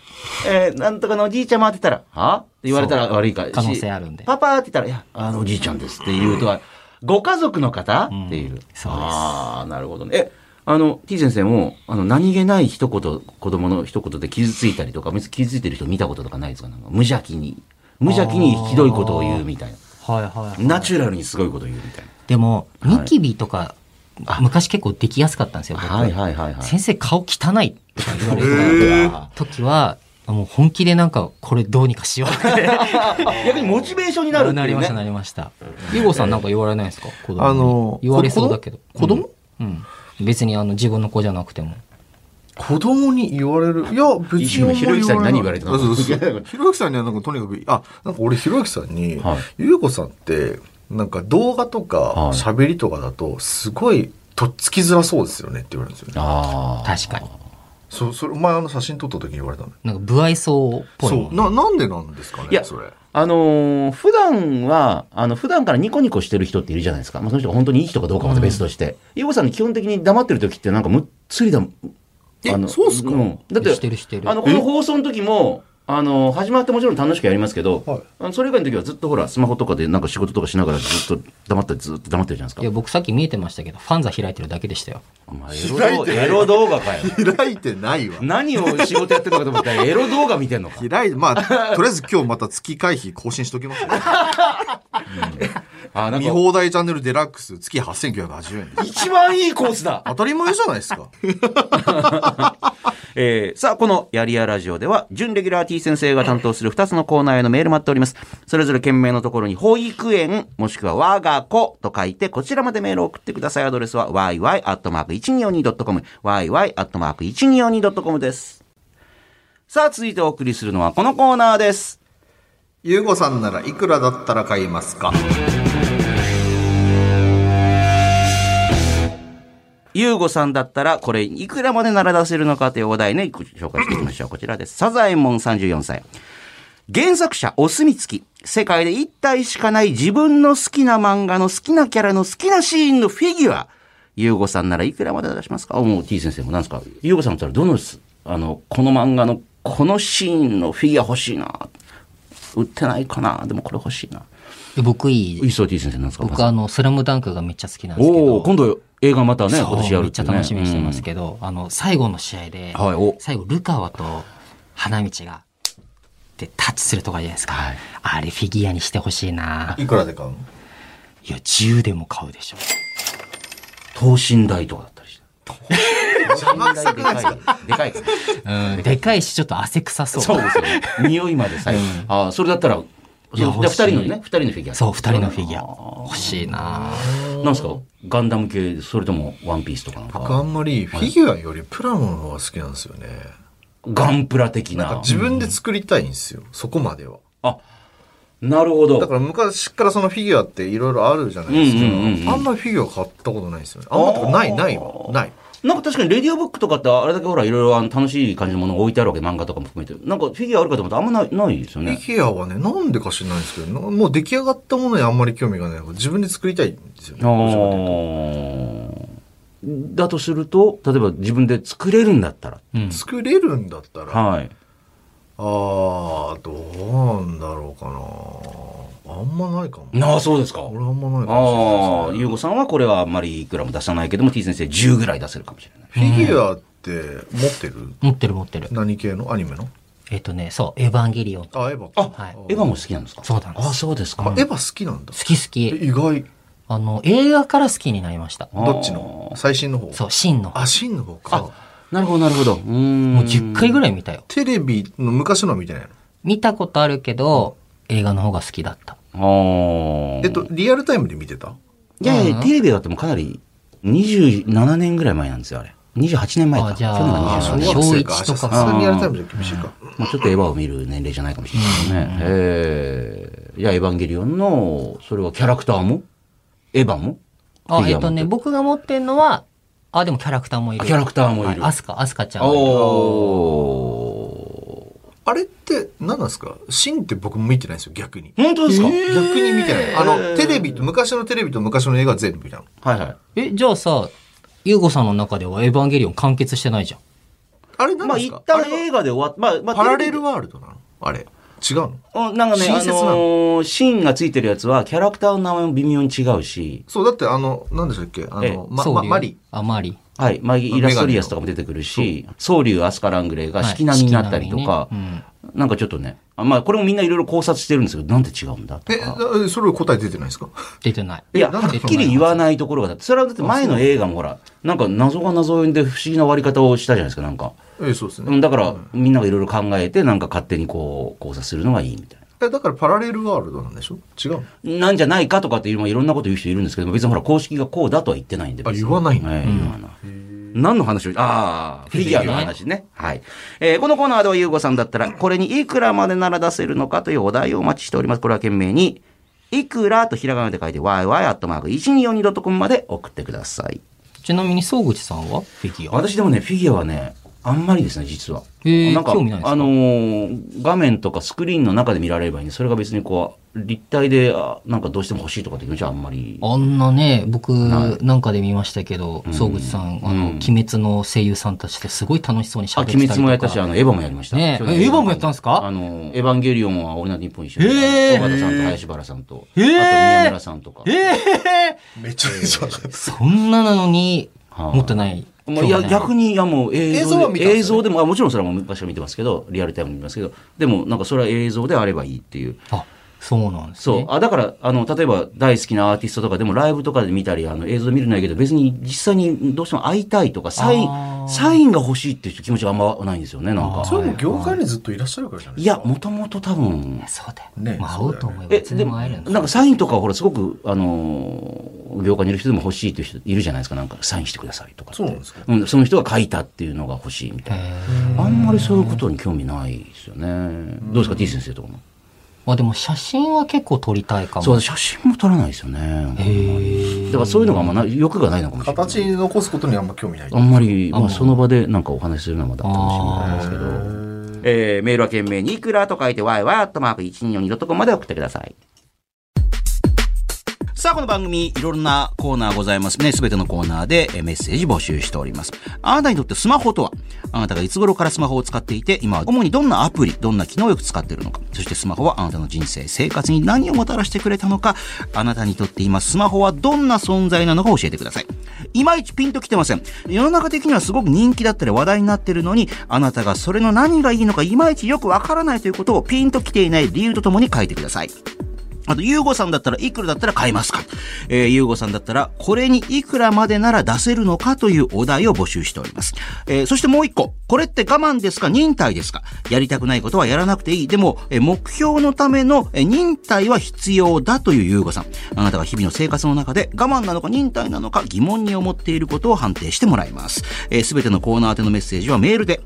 A: えーなんとかのおじいちゃんもってたら、はって言われたら悪いか
C: 可能性あるんで
A: パパって言ったら、いや、あのおじいちゃんですって言うとは、ご家族の方っていう。
C: うんそうです
A: ああ、なるほどね。え、あの、t 先生も、あの、何気ない一言、子供の一言で傷ついたりとか、別に傷ついてる人見たこととかないですかなんか無邪気に。無邪気にひどいことを言うみたいな。
C: はいはい、
A: ナチュラルにすごいこと言うみたいな。
C: でも、
A: い
C: ニキビとか、昔結構できやすかったんですよ、僕。
A: はいはいは
C: 先生、顔汚いとか言われ
B: へ
C: る
B: ー
C: 時は、もう本気でなんか、これどうにかしようって。
A: 逆にモチベーションになるって
C: なり
A: いう
C: ました、な
A: ね。
C: りました。ゆうごさんなんか言われないですか子供に
B: あの
C: 言われそうだけど。
B: こ子供
C: うん、うん別にあの、自分の子じゃなくても。
B: 子供に言われるいや別に
A: 今ひろゆきさんに何言われたの
B: あそうそうひろゆきさんにはなんかとにかくあなんか俺ひろゆきさんに、
A: はい
B: ゆうこさんってなんか動画とか
A: はい
B: 喋、りとかだとすごいとっつきづらそうですよねって言われるんですよね
A: あー
C: 確かに。
B: そそれお前あの写真撮った時に言われたの
C: なんか、不愛想っぽいもんね
B: そうななんでなんですかね
A: いや
B: それ
A: あのー普段は、あの、普段からニコニコしてる人っているじゃないですか。まあ、その人が本当にいい人かどうかはまた別として。ゆうごさんに基本的に黙ってる時ってなんかむっつりだもん。
B: え
A: あの
B: そうっすか
A: んだっ
C: してるしてる
A: あの、この放送の時も、あの、始まってもちろん楽しくやりますけど、
B: はい
A: あのそれ以外の時はずっとほら、スマホとかでなんか仕事とかしながらずっと黙ってずっと黙ってるじゃないですか
C: いや、。僕さっき見えてましたけど、ファンザ開いてるだけでしたよ。
A: お前
B: 開いてない
A: エロ動画かよ。
B: 開いてないわ
A: 何を仕事やってるのかと思 <laughs> ったらエロ動画見てんのか。
B: 開いてまあとりあえず今日また月会費更新しときます <laughs> ね
A: あ、なん
B: 見
A: か、
B: 放題チャンネルデラックス月8980円です
A: 一番いいコースだ
B: 当たり前じゃないですか
A: えーさあ、このやりやラジオでは、準レギュラー T 先生が担当する2つのコーナーへのメール待っております。それぞれ件名のところに、保育園、もしくは我が子と書いて、こちらまでメールを送ってください。アドレスは yy.1242.com、yy.1242.com です。さあ、続いてお送りするのはこのコーナーです。
B: <laughs> ゆうごさんならいくらだったら買いますか
A: ゆうごさんだったら、これ、いくらまでなら出せるのかというお題ね、ご紹介していきましょう。こちらです。サザエモン34歳。原作者、お墨付き。世界で一体しかない自分の好きな漫画の好きなキャラの好きなシーンのフィギュア。ゆうごさんならいくらまで出しますかあもう T 先生も何ですかゆうごさんだったらどのす、あの、この漫画のこのシーンのフィギュア欲しいな。売ってないかな。でもこれ欲しいな。
C: で僕いい
A: イソティ先生なんですか
C: 僕あの「スラムダンクがめっちゃ好きなんですけ
A: お
C: ど
A: おー今度映画またね、
C: そう
A: 今年やる
C: め
A: っ
C: ってち
A: い
C: ゃ
A: うね、
C: 楽しみにしてます
A: うん
C: けど、あの最後の試合で、
A: はいお
C: 最後ルカワと花道がでタッチするとかじゃないですか、
A: はい
C: あれフィギュアにしてほしいない
B: くらで買うの
C: いや10でも買うでしょ
A: 等身大とかだったりして。
B: くないですか
A: でかいから。
C: うんでかいしちょっと汗臭そう
A: そうですよね。匂いまでさえ。ああ、それだったら、
C: い
A: そう
C: や
A: じゃあ
C: 欲しい
A: 二人のね、二人のフィギュア。
C: そう二人のフィギュア欲しいな
A: なんですかガンダム系、それともワンピースとかなん
B: 僕あ
A: か。
B: んまりフィギュアよりプラモの方が好きなんですよね。
A: ガンプラ的
B: なんか
A: な。
B: 自分で作りたいんですよ。そこまでは。
A: あ、なるほ
B: だ
A: ど。
B: から昔からそのフィギュアっていろいろあるじゃないですか。
A: うんうんうんうん
B: あんまりフィギュア買ったことないんですよね。あんまとかないないわ。ない。
A: なんか確かにレディオブックとかってあれだけほら、いろいろあの楽しい感じのものが置いてあるわけ、漫画とかも含めて。なんかフィギュアあるかと思ったらあんまない、ないですよ
B: フ
A: ね。
B: ィギュアはね、なんでか知らないんですけど、なもう出来上がったものにあんまり興味がないから自分で作りたいんですよね。
A: あーだとすると、例えば自分で作れるんだったら。
C: うん
B: 作れるんだったら、あ
A: はい。
B: あどうなんだろうかな。あんまないかも。
A: なあ、そうですか。
B: 俺あんまないか
A: あ
B: も
A: あ、
B: しれないですね
A: ゆうごさんはこれはあんまりいくらも出さないけども、T 先生10ぐらい出せるかもしれない。
B: フィギュアって持ってる
C: 持ってる持ってる
B: 何系のアニメの
C: えっ、とねそう「エヴァンゲリオン」好
B: あ、エヴァ。
A: あ
C: はい
A: エヴァも好きなんですか
C: そうなんです
A: あそうですか。
B: あエヴァ好きなんだ。
C: き好
B: え
C: き
B: 意外。
C: あの映画から好きになりました
A: あー
B: どっちの最新の方
C: そう真の
B: あ、真の方か。
A: なるほど、なるほど。うーん。
C: もう10回ぐらい見たよ
B: テレビの昔のは見てないの
C: 見たことあるけど映画の方が好きだった
A: ああ。
B: えっと、、リアルタイムで見てた
A: いやいや、テレビだってもうかなり27年ぐらい前なんですよ、あれ。28年前か。
C: あじゃあ
A: 去年が
C: あ
A: 27
C: そ
B: 小
C: う
A: 年
C: だ
B: 学生か。
C: 小一
B: じゃあ
C: とか
B: さすがにリアルタイムじゃ厳しいか。
A: まあちょっとエヴァを見る年齢じゃないかもしれないですけどね。ええいや、エヴァンゲリオンの、それはキャラクターもエヴァもフィ
C: あ、
A: ギ
C: え
A: ュア
C: っと
A: も
C: ね、僕が持ってんのは、あ、でもキャラクターもいる。
A: あキャラクターもいる
C: はいアスカ、アスカちゃんもいる。
A: おー。
B: あれって何なんですか真って僕も見てないんですよ、逆に。
A: 本当ですか、
B: 逆に見てない。あ
A: え
B: の、
A: ー
B: テレビと、昔のテレビと昔の映画は全部見たの。
A: はいはい。
C: え、じゃあさ、ユーゴさんの中ではエヴァンゲリオン完結してないじゃん。
B: あれ何
A: まあ
B: です
A: 一
B: かあ
A: 旦
B: れは
A: 映画で終わって、まあ、まあ、
B: パラレル
A: は
B: ワールドなのあれ。違うの
A: なんかね、
B: 新
A: あ
B: 設なの
A: のーシーンがついてるやつは、キャラクターの名前も微妙に違うし、
B: そう、だってあの、何でしたっけあ
A: ええ
B: の、ま、
C: ソウ
B: ま
C: リュ
B: マリ。。
C: あ、マリ。
A: はい、まあ、イラストリアスとかも出てくるし、ソウリュウ、アスカ・ラングレーが
C: はい
A: 式並みになったりとか、
C: 式並みね
A: なんかちょっとね、あまあ、これもみんないろいろ考察してるんですけど、なんで違うんだと
B: え、
A: か。
B: なそれ答え出てないですか <laughs>
C: 出てない。
A: いや、
B: なん
A: は
B: で
A: っきり言わないところが、だってそれはだって前の映画もほら、なんか謎が謎で不思議な割り方をしたじゃないですか、なんか。
B: ええ、そうですね。
A: うんだから、みんながいろいろ考えて、なんか勝手にこう、考察するのがいいみたいな。
B: えだからパラレルワールドなんでしょ違うの
A: なんじゃないかとかっていう、まあいろんなこと言う人いるんですけども、別にほら、公式がこうだとは言ってないんで。
B: あ
A: 別に
B: 言わないんだ
A: ええ言わない。何の話を、ああ、フィギュアの話ね。はい。えーこのコーナーでは、ゆうごさんだったら、これにいくらまでなら出せるのかというお題をお待ちしております。これは懸命に、いくらとひらがなで書いて、yy.1242.com まで送ってください。
C: ちなみに、総口さんはフィギュア。
A: 私でもね、フィギュアはね、あんまりですね、実は。
C: へえ
A: なんか、
C: 興味ないですか
A: あのー画面とかスクリーンの中で見られればいいんで、それが別にこう、立体で、あなんかどうしても欲しいとかっていうのじゃあんまり。
C: あんなね、僕なんかで見ましたけど、総口さん、あの、鬼滅の声優さんたちってすごい楽しそうに喋
A: あ、
C: ってた
A: 鬼
C: りとか。
A: 滅もやったし、あの、エヴァもやりました。
C: ねえ
A: 去年
C: えエヴァもやったんですか
A: あの、エヴァンゲリオンはオールナイトニッポン一緒に。
C: へえ
A: 尾形さんと林原さんと、
C: へえ
A: あと宮村さんとか。
C: ええ
B: めっちゃ分かっ
C: そんななのに、
A: はい
C: 持ってない。
A: まあ、いや、逆に、いや、もう映
B: 映
A: 像
B: 像
A: で
B: は見たんですよね
A: 映像でも、あもちろんそれはもう昔から見てますけど、リアルタイムで見ますけど、でも、なんかそれは映像であればいいっていう。
C: あ、そうなんです
A: そう
C: ね。。
A: あ、だから、あの、例えば大好きなアーティストとかでもライブとかで見たり、あの、映像で見るのはいいけど、別に実際にどうしても会いたいとか、サイ
C: あ
A: ン、
C: ー
A: サインが欲しいっていう気持ちがあんまないんですよね、なん
B: た
A: か。
B: それも業界にずっといらっしゃるからじゃない
A: い
B: です
A: や
B: か、
A: もともと多分、
C: そうだよ。
B: ね
C: まあ、会
B: そううだ
C: と
B: よね
C: 思えば
A: え
C: いつでも会えるんだ
A: なんかサインとかほらすごく、あのー業界にいる人でも欲しいという人いるじゃないですかなんかサインしてくださいとかって
B: そうなんですか
A: うん、その人が書いたっていうのが欲しいみたい
C: へ
A: なあんまりそういうことに興味ないですよねどうですか T 先生とかも
C: まあでも写真は結構撮りたいかも。
A: そう写真も撮らないですよねだからそういうのがあんまない欲がないのかもしれない
B: 形に残すことにあんま興味ない
A: あんまり、まあ、その場でなんかお話しするのはまだ楽しみなんですけどえーメールは懸命にいくらと書いて yy.1242.com まで送ってください。さあ、この番組、いろんなコーナーございますね。すべてのコーナーでえメッセージ募集しております。あなたにとってスマホとはあなたがいつ頃からスマホを使っていて、今は主にどんなアプリ、どんな機能をよく使っているのか、そしてスマホはあなたの人生、生活に何をもたらしてくれたのか、あなたにとって今スマホはどんな存在なのか教えてください。いまいちピンときてません。世の中的にはすごく人気だったり話題になってるのに、あなたがそれの何がいいのかいまいちよくわからないということをピンときていない理由とともに書いてください。あと、ゆうごさんだったらいくらだったら買えますかえー、ゆうごさんだったら、これにいくらまでなら出せるのかというお題を募集しております。えーそしてもう一個。これって我慢ですか忍耐ですかやりたくないことはやらなくていい。でも、えー目標のための、えー忍耐は必要だというゆうごさん。あなたが日々の生活の中で我慢なのか忍耐なのか疑問に思っていることを判定してもらいます。えーすべてのコーナー宛てのメッセージはメールで、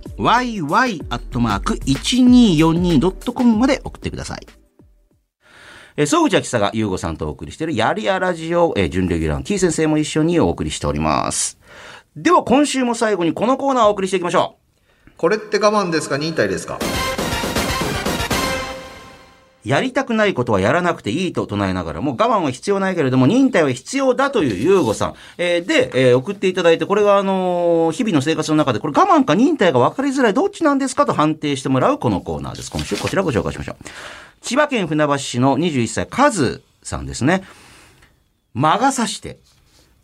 A: yy.1242.com まで送ってください。えー、総口秋佐が優吾さんとお送りしているやりやラジオ、えー、準レギュラーの T 先生も一緒にお送りしております。では今週も最後にこのコーナーをお送りしていきましょ
B: これって我慢ですか忍耐ですか
A: う。やりたくないことはやらなくていいと唱えながらも、我慢は必要ないけれども、忍耐は必要だという優吾さん。えーで、えー送っていただいて、これがあのー日々の生活の中で、これ我慢か忍耐が分かりづらい、どっちなんですかと判定してもらうこのコーナーです。今週こちらご紹介しましょう。千葉県船橋市の21歳、カズさんですね。魔が差して、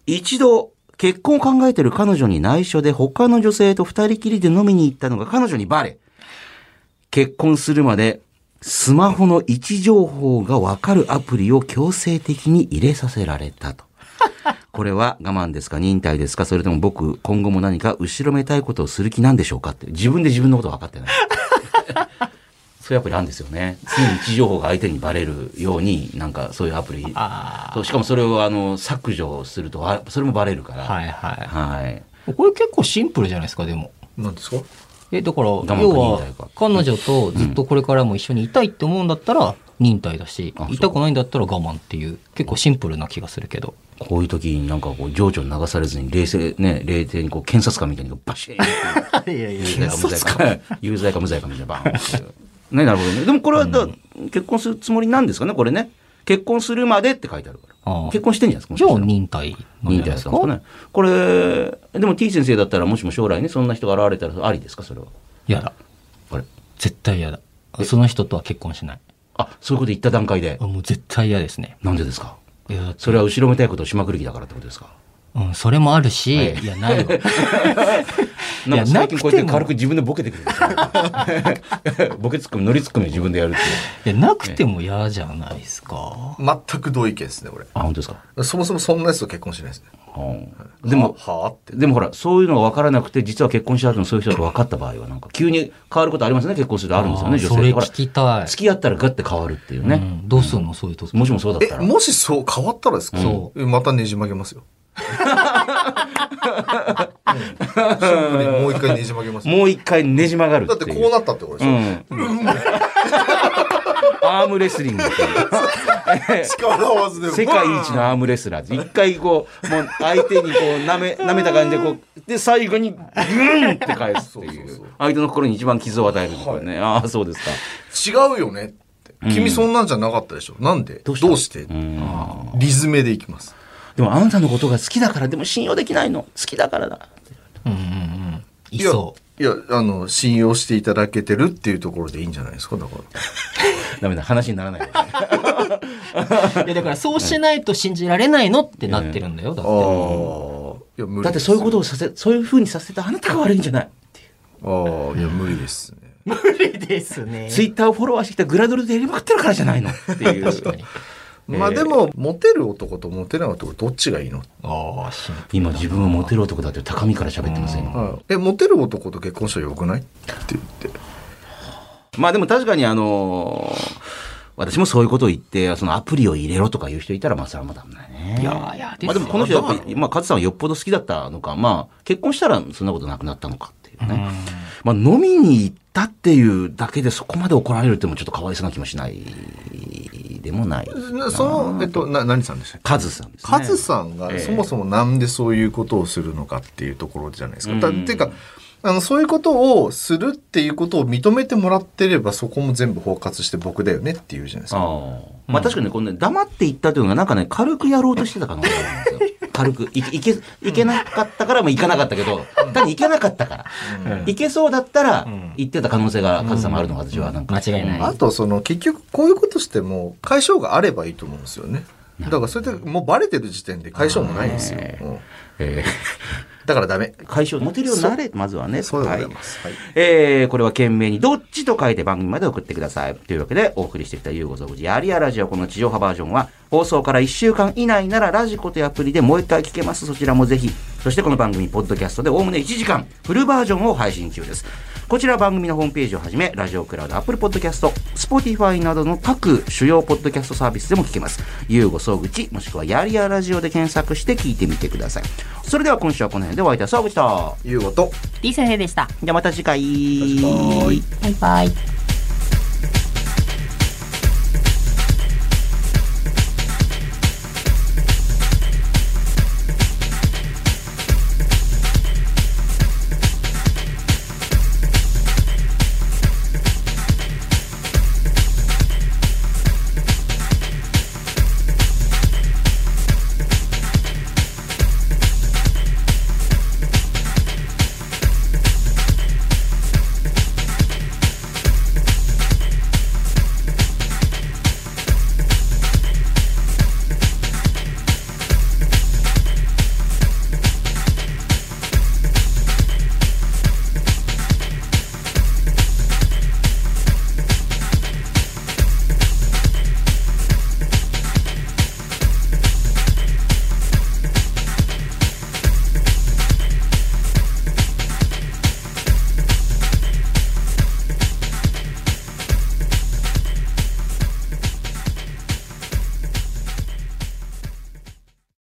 A: 一度、結婚を考えている彼女に内緒で他の女性と二人きりで飲みに行ったのが彼女にバレ。結婚するまで、スマホの位置情報がわかるアプリを強制的に入れさせられたと。これは我慢ですか忍耐ですかそれとも僕、今後も何か後ろめたいことをする気なんでしょうかって。自分で自分のこと分かってない。そういうアプリあるんですよね。常に位置情報が相手にバレるように、なんかそういうアプリ。
C: あ
A: そうしかもそれをあの削除するとあそれもバレるから
C: あ、はいは
A: はい
C: い。これ結構シンプルじゃないですか、でも。
B: なんですか
C: え、だから、要
A: 慢か
C: は
A: 忍耐か、
C: 彼女とずっとこれからも一緒にいたいって思うんだったら、忍耐だし
A: あそう、
C: いたくないんだったら我慢っていう、結構シンプルな気がするけど。
A: こういう時になんかこう情緒に流されずに冷静ね冷静にこう検察官みたいにこうバシーンって
C: いやい <laughs>
A: 有罪か無罪か <laughs> 有罪か無罪かみたいなバーンっていうねなるほどねでもこれはだ、結婚するつもりなんですかねこれね結婚するまでって書いてあるから
C: ああ
A: 結婚してんじゃないですかもし
C: じ
A: かし
C: ゃあ
A: たら
C: 忍耐なん
A: いい
C: じ
A: んじゃないで
C: ゃないですす
A: か
C: か。
A: ねこれでも T 先生だったらもしも将来ねそんな人が現れたらありですかそれは
C: やだ。
A: これ
C: 絶対やだ。その人とは結婚しない。
A: あそういうこと言った段階で
C: あもう絶対嫌ですね。
A: なんでですか
C: いや、だって
A: それは後ろめたいことをしまくる気だからってことですか
C: うん、それもあるし、い、や、な
A: なん
C: い <laughs> わ。
A: か
C: いや
A: 最近こうやっ
C: なくて
A: て
C: も
A: 軽く自分でボケてくるんですよボケツッコミ、ノリツッコミを自分でやるっていう。
C: いや、なくても嫌じゃないですか。
B: 全く同意見ですね、俺。
A: あ、本当ですか。
B: そもそもそんなやつと結婚しないですね。
A: でも、
B: ははあって。
A: でもほら、そういうのが分からなくて、実は結婚した後のそういう人だと分かった場合は、なんか急に変わることありますね、結婚するとあるんですよね、
C: あー
A: 女
C: そ
A: 性
C: れ
A: と
C: 聞きたい。
A: 付き合ったらガッて変わるっていう
C: う
A: ね。
C: ん、どうすんの、そういうと。
A: もしもそうだった
B: え、
A: ら。
B: もしそう変わったらですか、
C: そ
B: えまたねじ曲げますよ。うんシンプルにもう一回ねじ曲げますよ。
A: もう一回ねじ曲がる
B: だっ
A: ってて
B: こ
A: いうう。
B: なったってことでし
A: う
B: ょ、
A: ん。 <laughs> アームレスリングっていう。
B: 力合わずで
A: 世界一のアームレスラーです一回こう、もう相手にこう、なめ、舐めた感じでこう、で、最後に、グーンって返すってい
B: そうそう
A: う
B: そう。
A: 相手の心に一番傷を与えるこれね。ああ、そうですか。
B: 違うよねって。君そんなんじゃなかったでしょ。なんでどうしてリズメでいきます。
A: でも、あなたのことが好きだから、でも信用できないの。好きだからだ。
C: うんうんうん。い
B: いや
C: そう。
B: いや、あの、信用していただけてるっていうところでいいんじゃないですか、だから。
A: ダメだ、話にならない。
C: いやだからそうしないと信じられないのってなってる <laughs> んだよ。だっ
B: あ
C: て。
B: あ。いや、
A: <laughs>
B: 無理です。
A: だって、そういうことをさせ、そういう風にさせたあなたが悪いんじゃない。
B: と。ああ、いや、無理ですね。
C: 無理ですね
A: ツイッターをフォロワーしてきたグラドルでやりまくってるからじゃないの。っていう。
B: まあでも、モテる男とモテない男、どっちがいいの、
C: ああ、シンプ
A: 今、自分はモテる男だって、高みから喋ってません。
B: はい、え、モテる男と結婚したらよくないって言って。
A: まあでも確かにあのー私もそういうことを言って、そのアプリを入れろとか言う人いたら、まあそれはまだね。
C: ル。いやいや、で
A: まあ
C: す
A: でも
C: よ
A: この人やっぱり、まあカズさんはよっぽど好きだったのか、まあ結婚したらそんなことなくなったのかっていうね。まあ飲みに行ったっていうだけでそこまで怒られるってもちょっとかわいそうな気もしないでもない。
B: なその、えっと、な、何さんでしたっけ
A: カズさんですね。
B: カズさんが
A: ええ
B: そもそもなんでそういうことをするのかっていうところじゃないですか。だっていうかあのそういうことをするっていうことを認めてもらってればそこも全部包括して僕だよねっていうじゃないですか。
A: ああ。まあ確かにね、このね、黙っていったというのが、なんかね、軽くやろうとしてた可能性があるんですよ。軽く。いいけ、いけなかったから、まあいかなかったけど、単にいけなかったから。いけそうだったら、行ってた可能性が、カズさんもあるのが私は、なんか。
C: 間違いない
B: あとその結局こういうことしても解消があればいいと思うんですよね。だからそれでもうバレてる時点で解消もないんですよ。うん
A: え
B: だからダメ。
A: ー解消、持てるようになれ、まずはね。
B: そうでございます。はい。
A: えー、これは懸命にどっちと書いて番組まで送ってください。というわけでお送りしてきたゆうごぞうじやりやラジオこの地上波バージョンは放送から1週間以内ならラジコというアプリでもう一回聞けます。そちらもぜひ。そしてこの番組、ポッドキャストでおおむね1時間フルバージョンを配信中です。こちら番組のホームページをはじめ、ラジオクラウド、アップルポッドキャスト、スポティファイなどの各主要ポッドキャストサービスでも聞けます。ゆうごそうぐち、もしくはやりやラジオで検索して聞いてみてください。それでは今週はこの辺でお会いいたしましょう。
B: いうこと。
C: 李先生でした
A: じゃあまた次回。
B: はーい
C: バイバイ